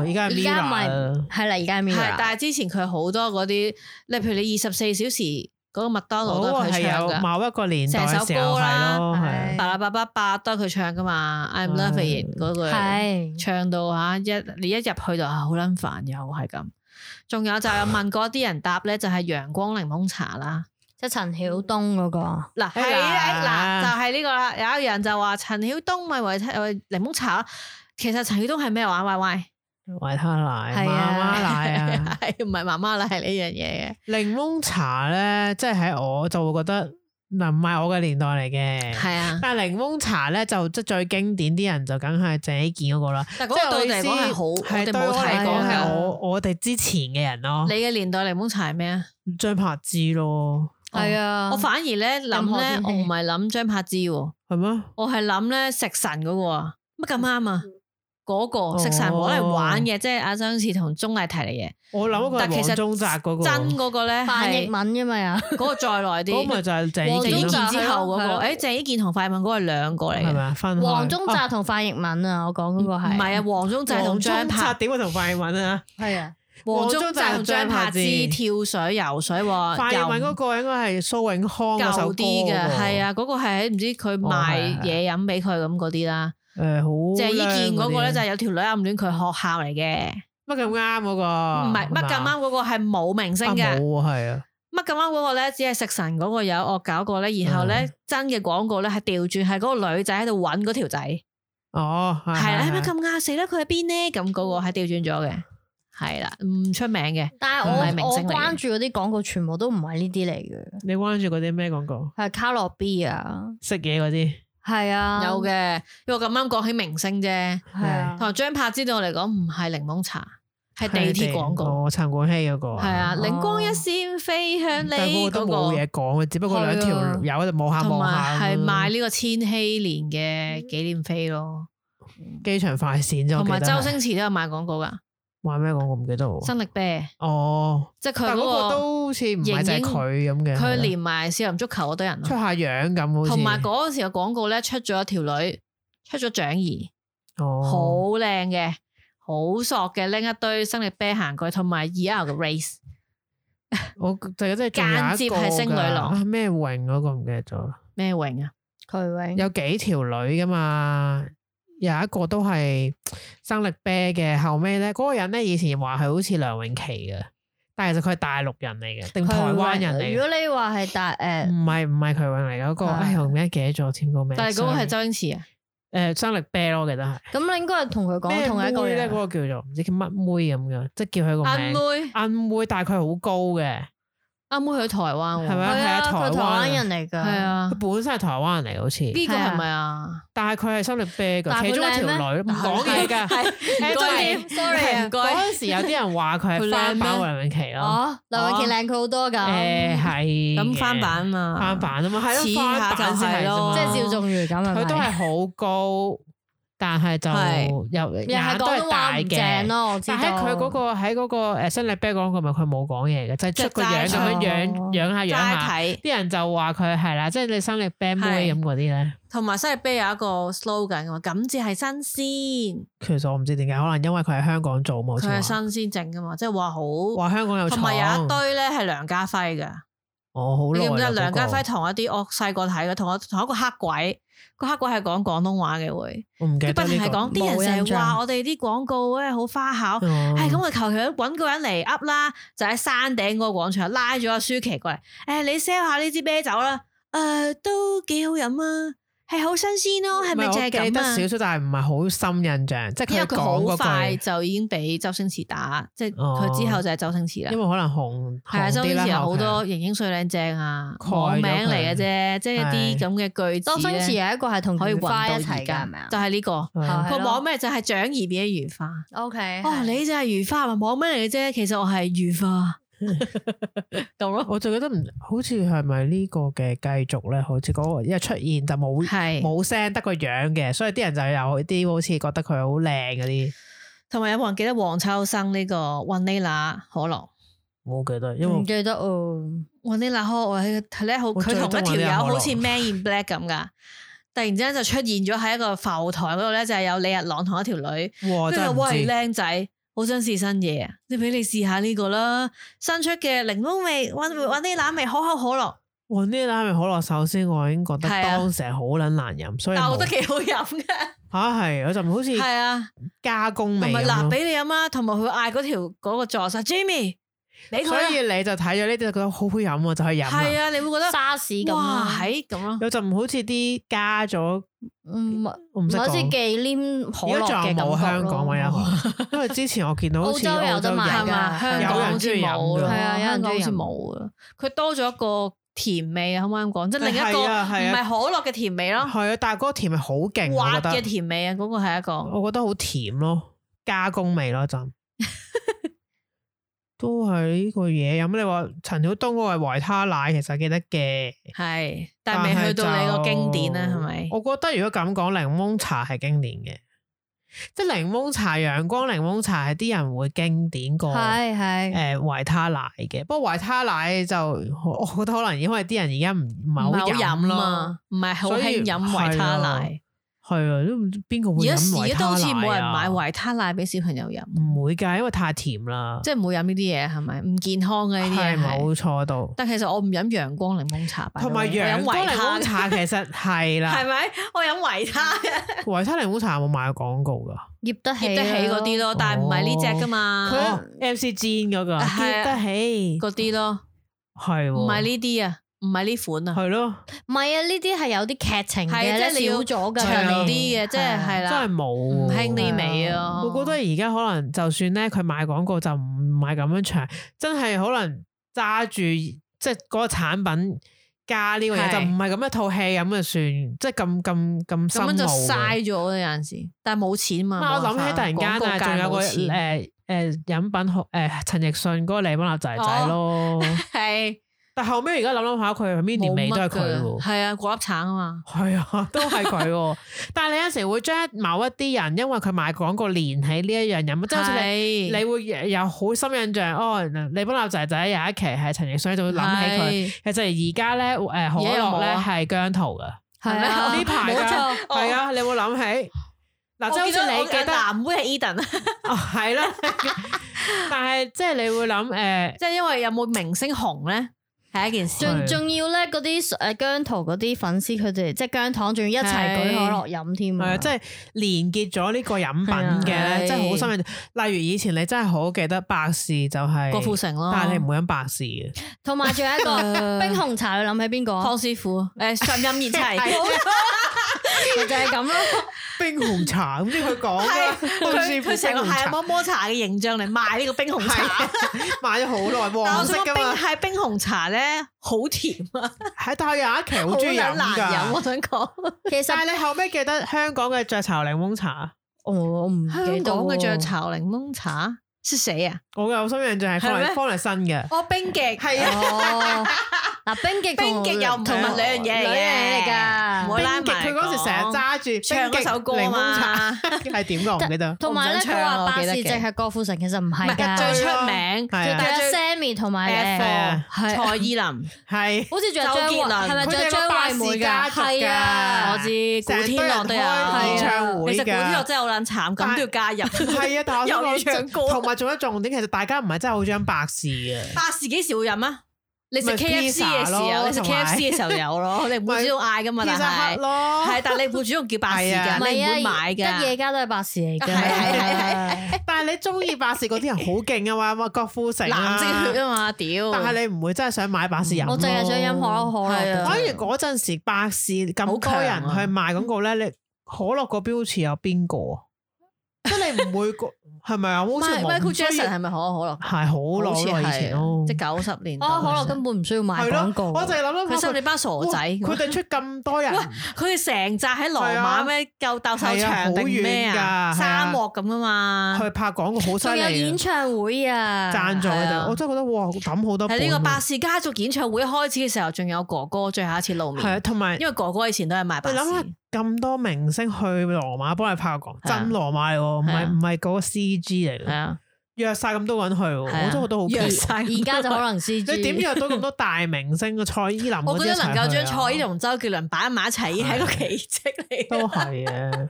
而家係而家咪 Mira 啦係啦，而家係 m i 係， r 但係之前佢好多嗰啲，你譬如你二十四小時嗰個麥當勞都嗰個哦係佢啊係唱有噶，某一個年代嘅成首時候歌啦係咯，係巴拉巴巴巴都係佢唱噶嘛，I'm 係 loving it 嗰句，係唱到嚇一你一入去就啊好撚煩，又係咁。仲有就係問過啲人答咧，就係陽光檸檬茶啦。即係陳曉東嗰個，嗱，哎係呀啦，嗱就係呢個啦。有一個人就話陳曉東咪為檸檬茶，其實陳曉東係咩話？喂喂。維他奶、係媽啊媽奶啊。系 唔係媽媽奶係呢樣嘢嘅？檸檬茶咧，即係喺我就會覺得嗱，唔係我嘅年代嚟嘅。係啊，但係檸檬茶咧就即係最經典啲人就梗係鄭伊健嗰個啦，但即嗰係個對我哋嚟講係好，我哋冇睇過啊係係㗎。我我哋之前嘅人咯你，嘅年代檸檬茶係咩啊？張柏芝咯，係啊，我反而咧諗任何咧天，氣我唔係諗張柏芝喎，係咩？我係諗咧食神嗰個啊，乜咁啱啊？嗰個食神哦攞嚟玩嘅，即係阿張氏同鐘麗緹嚟嘅。我諗嗰個但係其黃實宗澤嗰個，真嗰個咧范譯係文啫嘛又。 嗰個再耐嗰個咪啲，就係鄭鄭伊伊健健咯黃宗之後嗰係個，啊誒鄭伊健同快問嗰個係兩個嚟係咪嘅，啊？分開黃宗哦澤同范奕文啊，我講嗰個係唔係啊？黃宗澤同黃宗張柏澤點會同范奕文啊？係啊，黃宗澤同張柏芝跳水、游水喎，范游奕文嗰個應該係蘇永康嗰首啊舊歌啲嘅，係啊，嗰個係喺唔知佢賣哦係係嘢飲俾佢咁嗰啲啦。誒好鄭伊健嗰靚個咧啲就係有條女暗戀佢學校嚟嘅，乜咁啱嗰個？唔係乜咁啱嗰個係冇明星啊嘅，冇啊，係啊，乜咁啱嗰個咧只係食神嗰個有惡搞過咧，然後咧嗯真嘅廣告咧係調轉係嗰個女仔喺度揾嗰條仔，係哦，係啦，係乜咁啱死啦？佢喺邊呢？咁嗰個係調轉咗嘅，係啦，唔出名嘅，但唔係係明我我星嚟嘅嗯關注嗰啲廣告全部都唔係呢啲嚟嘅，你關注嗰啲咩廣告？係卡樂 B 啊，食嘢嗰啲，係啊，有嘅，因為我咁啱講起明星啫，係啊，同埋張柏芝對我嚟講唔係檸檬茶，係地鐵廣告。哦，陳冠希嗰個啊。系啊，哦靈光一閃飛向你嗯但係嗰個個都冇個啊嘢，講嘅，只不過兩條友喺度望下同望埋下咁樣，係賣呢個千禧年嘅紀念飛咯，機場快線啫。嗯我同記埋得周係星馳都有賣廣告噶，賣咩廣告唔記得喎。生力啤，哦，即係佢但嗰個嗰都好似唔係就係形影佢咁嘅。個佢係啊連埋少林足球嗰堆人出咯，下樣咁，好似同埋嗰時嘅廣告咧出咗條女，出咗獎兒，好哦，靚嘅，好索嘅，拎一堆生力啤行過去，同埋 E.R. 嘅 race，我就真係仲有一個間接係星女郎㗎啊咩榮嗰個唔記得咗啦。咩榮啊？佢永有幾條女噶嘛，有一個都係生力啤嘅，後尾咧嗰個人咧以前話係好似梁詠琪嘅，但係其實佢係大陸人嚟嘅，定台灣人嚟嘅，如果你話係大誒，唔係唔係佢揾嚟嗰個，係哎呀我唔記得記得咗添個名。但係嗰個係 sorry 周星馳啊，誒生力啤咯，我記得係咁你應該係同佢講同一咩個妹咧，人嗰個叫做唔知叫乜妹咁樣，即係叫佢個阿妹名。阿妹，但係佢好高嘅，阿妹去台灣喎，係咪係啊，係啊台佢灣台啊灣人嚟㗎，係，啊佢。本身係台灣人嚟嘅好似，呢個係啊係咪啊？但係佢係生力啤但嘅，係其中一佢靚條女咩唔講嘢㗎。係誒唔真該係 你，sorry 啊唔嗰該。陣時有啲人話佢係翻版梁咏琪咯，哦，劉永琪靚佢好多㗎，誒係咁翻版嘛，翻版啊嘛，似係咯下翻版先係就係咯咯，即係趙仲如咁啊係咪佢都係好高，但係就係又又又係都廣係東大話唔正嘅。咯，我知道。但喺佢嗰個喺嗰個誒新力啤講過，咪佢冇講嘢嘅，就係出個樣咁樣即養係齋睇養下養下，齋睇，啲人就話佢係啦，即係你生力啤妹係咁嗰啲咧。同埋西力啤有一個 slogan 嘅嘛，咁至係新其實我唔知點解，可能因為佢喺香港做冇鮮，佢係錯。啊新鮮整嘅嘛，即係話好，話香港有同埋有一廠堆咧係梁家輝嘅，我好你耐記唔記啦得梁家嗰個輝同一啲我細個睇嘅，同我同一個黑鬼，個黑鬼係講廣東話嘅會，我唔記佢得不停呢係個講啲冇人印成日話象我哋啲廣告咧好花巧。哦係咁，我求其揾個人嚟噏啦，就喺山頂嗰個廣場拉咗阿舒淇過嚟，誒、你 sell 下呢支啤酒啦，誒、都幾好飲啊，係好新鮮咯，係咪唔就係我係記咁得啊？少少，但係唔係好深印象，即係因為佢佢講好嗰快句，就已經俾周星馳打，即係佢之後就係周星馳啦因。為可能紅係啊，紅周啲星啦馳有好後多期型英帥靚正啊，蓋咗網名嚟嘅啫，即係一係啲咁嘅句子周呢。星馳有一個係同啊可以袁混花一到而齊㗎，家係咪啊？就係呢個係係個咯網名就係獎兒變咗如花。 O K。哦，你就係如花，網名嚟嘅啫，其實我係如花 咁咯。我就覺得唔好似係咪呢個嘅繼續咧？好似嗰個一出現就冇係冇聲，得個樣嘅，所以啲人就有啲好似覺得佢好靚嗰啲。同埋有冇人記得黃秋生呢個 Vanilla 可樂冇記得，因唔為記得哦， ？Vanilla 可樂佢咧好，我最佢同中一條意友 Vanilla 可樂好似 Man in Black 咁噶。突然之間就出現咗喺一個浮台嗰度咧，就係有李日朗同一條女，哇跟真住話喂係唔知靚仔，好想試新嘢啊！你俾你試下呢個啦，新出嘅檸檬味、Van- Vanilla 味可口可樂，哇呢啲奶味可樂，首先我已經覺得係啊當時係好撚難飲，所以但係我覺冇得幾好飲嘅，嚇係，我就唔好似係啊，加工味同埋咁嗱咯俾你飲啊，同埋佢嗌嗰條嗰個助手 Jimmy，俾佢所啦，以你就睇咗呢啲，就覺得好好飲啊，就去飲啦。啊係啊，你會覺得沙士咁哇啊，係咁咯。有陣好似啲加咗，唔係我嗯唔唔識係好似講。忌廉可而樂家仲嘅有冇感香覺港咯揾。 一個？因為之前我見到好澳似洲有得賣係啊人嘛？㗎香港好似有人中意飲冇㗎啦，係啊有人香港中好似意飲冇啦。佢多咗一個甜味啊，可唔可以咁講？即係另一個係啊係唔啊係可樂嘅甜味咯，係啊，但係嗰個甜係好勁，我滑覺嘅得，甜味啊，嗰個係一個。我覺得好甜咯，加工味咯 陣。都係呢個嘢飲。你話陳曉東嗰個係維他奶，其實記得嘅，係，但係未去到你個經典啊，係咪就？我覺得如果咁講，檸檬茶係經典嘅，即係檸檬茶、陽光檸檬茶係啲人會經典過。係係，誒維他奶嘅，不過維他奶就我覺得可能因為啲人而家唔唔唔係好係好啊飲飲咯，啊，唔係好所以興飲維他奶。系啊，都唔知邊個會而家飲而維家都好似他冇奶人買啊？維他奶俾小朋友飲，唔會㗎，因為太甜啦。即係唔好飲呢啲嘢係咪？唔健康嘅呢啲係嘢係。冇錯到。但其實我唔飲陽光檸檬茶，同埋陽陽光檸檬茶其啊實係 係啦，咪？我飲維他嘅，維他檸檬茶有冇賣過廣告啊㗎？醃得起，醃得起嗰啲。咯，但係唔係呢只噶嘛，哦佢 MC 煎嗰個，係啊結得起，嗰啲咯，係唔係喎，呢啲啊，唔係呢款啊，係咯，唔係啊，呢啲係有啲劇情嘅係咧，即係你少要咗㗎，長長啲嘅，即係係啊真啦係，冇喎，唔興呢味啊，我覺得而家可能就算咧，佢賣廣告就唔係咁樣長，真係可能揸住即係嗰個產品加呢個嘢，係就唔係咁一套戲咁就算，即係咁咁咁深咁樣就奧嘅嘥咗啦有陣時，但係冇錢嘛。啊啊我諗起突然間啊，仲有個係誒誒飲品好誒陳奕迅嗰個檸檬立仔仔哦 咯，但後尾而家諗諗下，佢係邊年尾都係佢喎。係啊，果粒橙啊嘛，係啊， 都係佢喎。但係你有時會將某一啲人，因為佢賣廣告連起呢一樣飲品，即係好似你係你會有好深印象哦。李邦立仔仔有一期係陳奕迅，就會諗起佢。其實而家咧，誒可而家有冇樂咧啊係姜濤噶，係啊，呢排冇㗎哦錯，係啊，你會諗起嗱，即係好似你記得藍妹係 Eden，哦，係啦。 但係即係你會諗誒， 即係因為有冇明星紅咧，係一件事。仲係仲要咧嗰啲誒姜糖嗰啲粉絲，佢哋即係姜糖，仲要一齊舉可樂飲添係啊！啊，即係連結咗呢個飲品嘅係啊咧，即係好深印象。例如以前你真係好記得百事就係郭富城咯，但係你唔會飲百事嘅，同埋仲有 一個冰紅茶，你諗起邊個啊？呃康師傅，誒上任熱齊，係咪就係咁 咯，冰紅茶咁即係佢講係啦，好似佢佢成個冰紅係啊茶摩摩茶嘅形象嚟賣呢個冰紅茶。買咗好耐，但我黃想色講噶冰嘛。係冰紅茶咧，好甜啊，係，但係有一期好好中意撚飲難飲。啊我㗎。想講其實但係你後尾記得香港嘅雀巢檸檬茶，我我唔記得香港嘅喎雀巢檸檬茶是誰啊？我有心印象係係方力咩方力申嘅。哦，冰極係啊，哦，嗱冰極冰極又唔同兩樣嘢嚟嘅兩樣嘢嚟唔好㗎。拉埋冰極佢嗰時成日揸住唱嗰首歌冰極啊檸 檬茶，嘛，係點㗎？我唔記得。同埋咧，我唔想佢唱啊話我百記得事嘅淨係郭富城，其實唔係係㗎，最最出出名名係仲啊有最 Sammy 同埋誒誒，啊課蔡依林。係好似仲有周杰倫張惠，係咪仲佢有哋有張個百惠事妹家㗎？族係啊，㗎我知。古天樂成都有堆人開演唱會啊其實古天樂㗎。真係好撚慘，咁但都要加 入。係啊，但係又我要想唱歌講，同埋仲有一重點，其實大家唔係真係好想百事嘅。百事幾時會飲啊？你食咪 K F C pizza 嘅時候，咯你食同 K 埋 F C 嘅時候有咯，你唔會主動嗌噶啊嘛，但 Pizza Hut 係咯，係，但係你唔會主動叫百事係啊㗎，唔你唔會係買啊，㗎。得夜家都係百事嚟㗎。係啊係係但係你中意百事嗰啲人好勁啊嘛，郭富城啊藍色血啊嘛，屌！但係你唔會真係想買百事飲咯。我淨係想飲可樂可係啊樂。反而嗰陣時百事咁多人去賣廣告咧，你可樂個標詞有邊個啊？即係你唔會個 係咪啊？好似 Mi- 冇 Michael 需要 Jackson 係咪可口可樂？係好耐好耐以前哦咯，即九十年代。哦可可樂根本唔需要賣係廣告咯。。我就係諗佢諗收你班傻哇仔，啊佢哋出咁多人，係佢哋成扎喺羅係馬啊咩夠鬥獸係啊場好定咩遠㗎啊？係沙啊漠咁啊嘛。拍廣告好犀仲有演利啊，唱會啊！贊助係佢啊哋，我真係覺得哇抌好多本啊喺喎。呢個百事家族演唱會開始嘅時候，仲有哥哥最後一次露係啊，面，同埋因為哥哥以前都係賣百你諗事下。咁多明星去羅馬幫你拍廣告，係啊真羅馬嚟喎，唔係啊係唔係嗰個 C G 嚟係嘅，啊，約晒咁多人去喎，係啊我真係覺得好約勁晒而家 就可能 C G。你點約到咁多大明星嘅蔡依林嗰啲我覺一得齊能去啊夠將蔡依林同周杰倫擺埋一齊，已經係一個奇蹟嚟 都㗎。係啊嘅，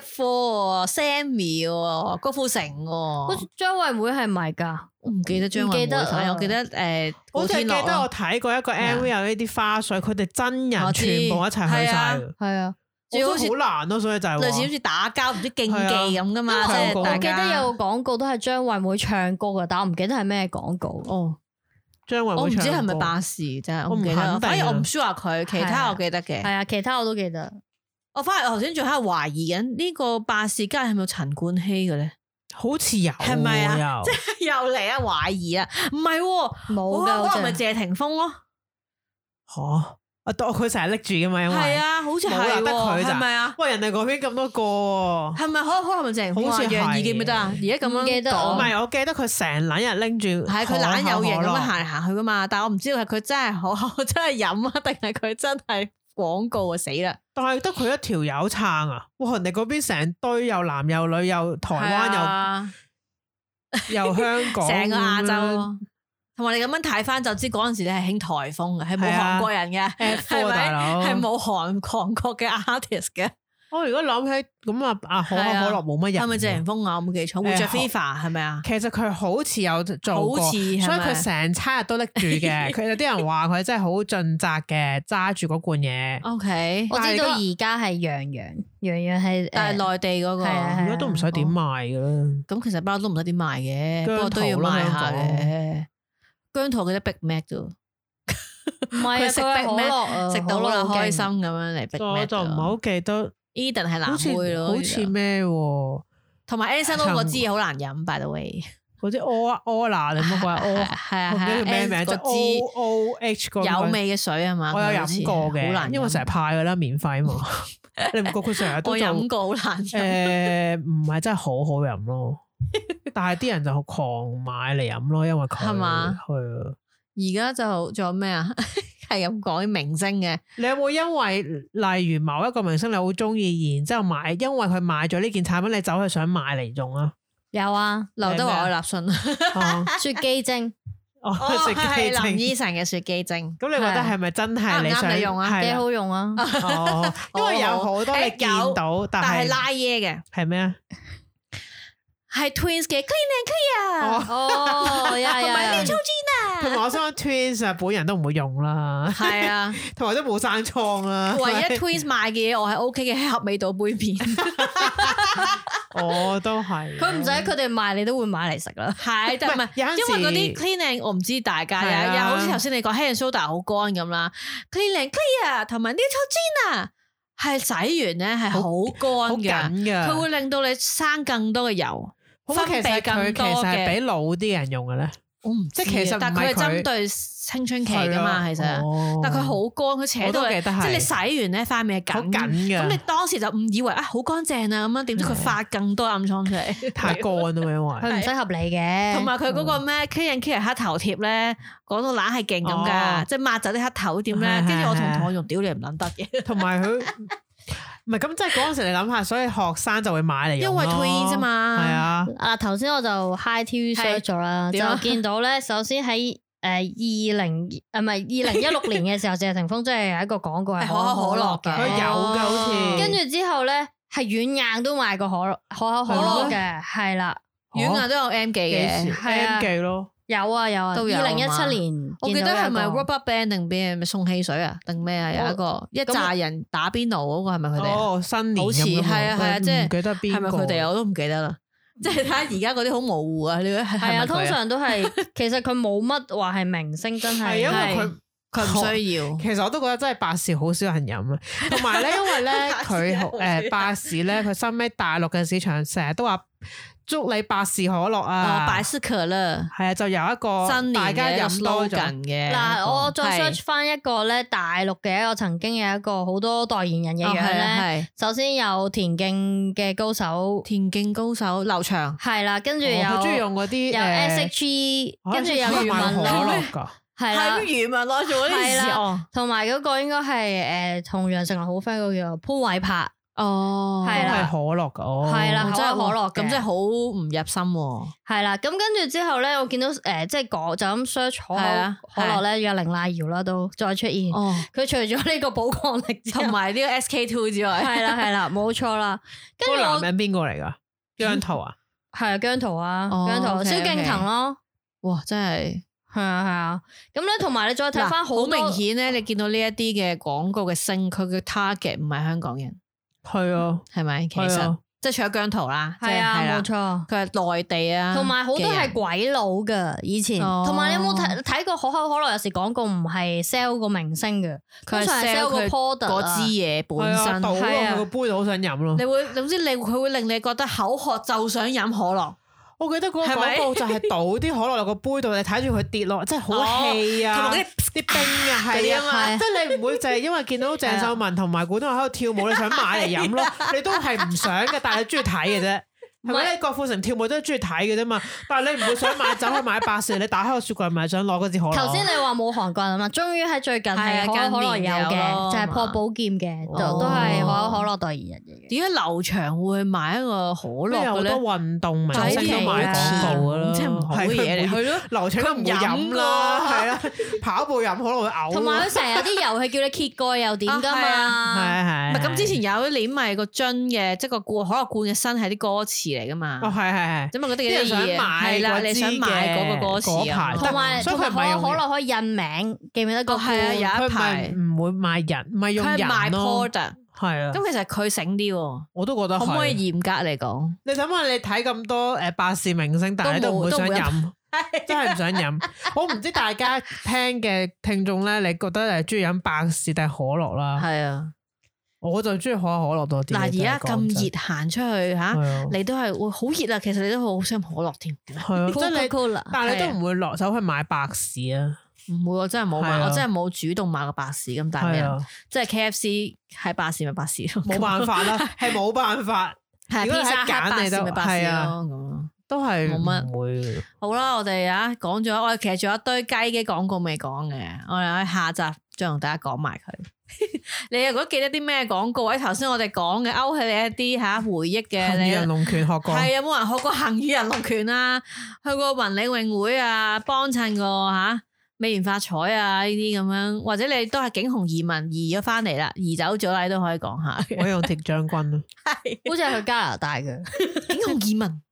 F Four、Sammy 喎、郭富城喎，好似張惠妹係咪㗎？我唔記得張唔惠記妹，得啊 我記得誒古我淨係天樂記得咯我。睇過一個啊 MV 有呢啲花絮，佢哋真人全部一齊去係啊晒，係啊，我仲好都似好難咯，所以就係話類似好似打交唔知競技咁噶嘛，即係啊係我大我記家。得有個廣告都係張惠妹唱歌㗎，但我唔記得係咩廣告。哦，張惠妹我唔知係唱咪歌巴士真係，我我唔唔記肯得，定反而我啊唔 sure 佢，其係他啊我記得嘅係。啊，其他我都記得。我反而我頭先仲喺度懷疑緊呢個巴士街係咪有陳冠希嘅咧？好似有係咪啊又 又嚟啊懷疑啊，唔係喎，冇我㗎，可好能咪似。謝霆鋒咯。嚇啊！當佢成日拎住噶嘛，因為係啊，好似冇係人得喎，佢係咋咪啊？喂人哋嗰邊咁多個喎。係咪可可能咪鄭風好啊？似係楊怡記唔記得啊？而家咁唔樣記得唔講啊係，我記得佢成撚日拎住，係佢懶有型咁樣可口可樂行嚟行去噶嘛，但係我唔知道係佢真係好 真係飲啊，定係佢真係廣告啊死啦！但係得佢一條友撐啊！哇，人哋嗰邊成堆又男又女又台灣係又啊又香港， 成個亞洲咯。同埋你咁樣睇翻就知嗰陣時你係興颱風嘅，係冇係啊韓國人嘅， F 係大咪？佬係冇韓韓國嘅 artist 嘅，哦我如果諗起咁啊，啊可口可係啊樂冇乜人，係咪謝霆鋒啊？我冇記錯，會誒着好 FIFA 係咪啊？其實佢好似有做過，好似所以係咪佢成餐日都拎住 嘅。佢有啲人話佢真係好盡責嘅，揸住嗰罐嘢。 O K，我知道但而家係洋洋，洋洋係但係內地嗰個係啊係啊而家都唔使點賣噶啦，咁其實不嬲都唔得點賣嘅，姜不過都要濤啦賣下香港嘅。姜濤記得 Big Mac 啫喎，唔係啊佢食佢係 Big 可 Mac，樂啊，食到可樂啦好開勁心咁樣嚟 Big 我 Mac 就度。唔係好記得， Eden 係好男妹似咯，好似咩喎？同埋 Anson Lo 陳嗰支嘢好難飲，by the way。嗰啲 O O 拿定乜鬼 O？ 係啊我唔記得叫哦咩係啊，名，嗰就支 O O H 嗰個有。味嘅水啊嘛，我有飲過好難嘅，飲，因為成日派噶啦，免 費嘛。你唔覺佢成日都我做飲過好難誒，飲。呃唔係真係好好飲咯， 但係啲人就狂買嚟飲咯，因為佢係嘛係啊。而家就仲有咩啊？ 係咁講啲明星嘅，你有冇因為例如某一個明星你好中意，然之後買，因為佢買咗呢件產品，你走去想買嚟用 啊？有啊，劉德華嘅立信，啊雪肌精 哦 哦， 食雞係林依精晨嘅雪肌精。啊咁你覺得係咪真係你啱唔想啱你用啊係幾好用啊，哦， 因為有好多你見到，但但係係拉耶嘅，係咩 啊？係 Twins 嘅 Clean and Clear，哦哦，呀 同呀埋 Little 呀，同 Gina，埋我想講 Twins 啊，本人都唔會用 啦，係啊， 同埋都冇生瘡啦。唯一 Twins 賣嘅嘢我係 OK 嘅，係合味道杯麵， 我都係佢唔使佢哋賣，你都會買嚟食啦。係，但係唔係唔係有陣時因為嗰啲 Clean and 我唔知大家係啊又又好似頭先你講 Hand and Soda 好乾咁啦，Clean and Clear 同埋 Little Gina 係洗完咧係好好乾緊嘅，㗎，佢會令到你生更多嘅油。好唔好其分實泌佢更其多實係嘅俾老啲人用嘅咧，我唔即係係其實唔係但係佢係針對青春期係噶嘛，咯其實，哦但係佢好乾，佢扯我到都你，記即得係係你洗完咧塊面係好緊緊嘅咁你當時就誤以為啊好乾淨啊咁樣，點知佢發更多暗瘡出嚟，太乾啊嘛，因為 佢唔適合你嘅，同埋佢嗰個咩 K and K 黑頭貼咧，講到懶係勁咁哦噶，即係抹走啲黑頭點咧係，跟住我同係係同學用屌你唔撚得嘅，同埋佢唔係咁，即係嗰陣時你諗下，所以學生就會買嚟因用咯為 twins 啊嘛係啊，啊，頭先我就 Hi TV 係 search 咗啦，點啊就見到咧，首先喺誒二零啊唔係二零一 六年嘅時候，謝霆鋒真係有一個廣告係係可可口口可可樂樂佢有嘅㗎嘅，好似跟住之後咧係軟硬都賣過可樂可口可樂嘅，係啦，哦軟硬都有 M 記幾嘅時，係啊 M 記咯，有啊有啊，都有二零一嘛七年，我記得係咪見到有一個 Rubber Band 定咩咪送汽水啊定咩啊有一個一紮人打邊爐嗰個係咪佢哋啊？哦新年好似咁樣喎係啊係啊即係唔記得邊係咪個佢哋啊？我都唔記得啦。即係睇下而家嗰啲好模糊啊！你係係啊，咪佢通常都 係其實佢冇乜話係明星，真係係因為佢。佢唔需要，其實我都覺得真係百事好少人飲啊，同埋咧，因為咧佢好 百事好少人誒飲百事咧，佢收尾大陸嘅市場成日都話祝你百事可樂哦，啊，百事可樂係啊，就有一個新大年家嘅飲多咗， slogan 嘅嗱，我再係 search 翻一個咧大陸嘅一個曾經有一個好多代言人嘅哦樣係啊咧，係首先有田徑嘅高手，田徑高手劉翔，係啦，跟哦住有哦我好中意用嗰啲有 SHE，誒跟住有可以余買文可樂，樂㗎，哦係啦，余文攞做啲事哦，同埋嗰個應該係誒同楊丞琳好 friend 嗰個叫潘偉柏，哦，係都啦係可樂㗎，哦，係啦哦可口真係可樂嘅咁真係好唔入心喎，係啦，咁跟住之後咧，我見到誒即係講就咁 search 可係啊口可樂咧，有凌麗瑤啦都再出現，哦，佢除咗呢個寶礦力之同 外，埋呢個 SK two 之外，係啦係啦，冇錯啦，跟嗰住個我男人邊個嚟㗎？姜濤啊，係啊姜濤啊，哦姜濤 OK，OK 蕭敬騰咯。哇，真係係啊係啊，咁咧同埋你再睇翻嗱好多明顯咧，你見到呢一啲嘅廣告嘅星，佢嘅 target 唔係香港人， 係啊，係咪？其係啊實即係除咗姜濤啦，即係係啊，係啦冇錯。佢係內地啊，同埋好多嘅人係鬼佬噶，以前。哦同埋你有冇睇睇過可口可樂有時廣告唔係 sell 個明星嘅，佢通常係 sell 個佢 product 嗰啊支嘢本係啊身倒落係啊佢個杯度好想飲咯你。會總之你佢會令你覺得口渴就想飲可樂，我記得嗰個係咪廣告就係倒啲可樂落個杯度，你睇住佢跌落，真係好氣啊！哦同埋嗰啲冰啊，嗰係啲啊嘛啊，即係你唔會就係因為見到鄭 啊秀文同埋古東喺度跳舞，你想買嚟飲咯，你都係唔想嘅，但係你中意睇嘅啫。係咪咧？郭富城跳舞都中意睇嘅啫嘛，但係你唔會想買酒去買百事，你打開個雪櫃唔係想攞嗰支可樂。頭先你話冇韓國人啊嘛，終於喺最近係係啊可口可樂近有年有嘅，咯就係嘛破寶劍嘅，就哦都係可口可樂代言人嚟嘅。點解劉翔會去買一個可呢樂有好嘅多咧？運動明星都買廣告噶啦，即啊係唔好嘅嘢係嚟，係咯。流程都唔會飲啦，係啦，跑步飲可能會啊嘔。同埋佢成日有啲遊戲叫你揭蓋又點㗎嘛，唔係係啊係係咁之前有一年咪個樽嘅，即係個罐可樂罐嘅身係啲歌詞嚟噶嘛哦，。係係係。咁啊，覺得啲幾人得想意啊！買係啦，你想買嗰個歌詞啊嗰排，同埋所以同埋佢唔係可口用可樂可以印名，記唔記得個哦係啊罐佢有唔係唔會賣人，唔係用佢係賣人咯，啊 product。係啊。咁其實佢醒啲喎，我都覺得可唔可係。以嚴格嚟講？你諗下，你睇咁多誒百事明星，但係你都都冇唔會想都冇 飲，真係唔想飲。我唔知大家聽嘅聽眾咧，你覺得誒中意飲百事定係可樂啦？係啊，我就中意可口可樂多啲。嗱而真係家咁講真熱行出去係吓，啊你都係會好熱啊！其實你都好想可樂添，係 啊，即係你， Coca-Cola 但係你都唔會落手去買百事啊，唔會我真係冇買，係啊我真係冇主動買過百事咁大嘅係啊人，，即係 K F C 係百事咪百事咯，冇辦法啦，係冇辦法， 係啊如果你 pizza 喺 hut 揀百你事都咪百事係啊咯咁啊。都係冇乜唔會嘅。好啦，我哋啊講咗，我哋其實仲有一堆雞嘅廣告未講嘅，我哋喺下集再同大家講埋佢。 你又如果記得啲咩廣告？喺哎頭先我哋講嘅，勾起你一啲吓回憶嘅，行你人龍拳學過，係有啊冇人學過行與人龍拳啊？去過文理泳會啊，幫襯過吓美元發彩啊呢啲咁樣，或者你都係景洪移民移咗翻嚟啦，移走咗啦，你都可以講下嘅。我用鐵將軍啊咯。好似係去加拿大嘅。景洪移民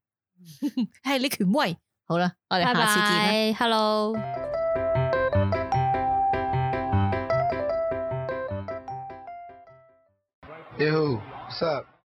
係你權威。好啦，我哋拜下次見啦。拜，Hello。 Hey, who? What's up?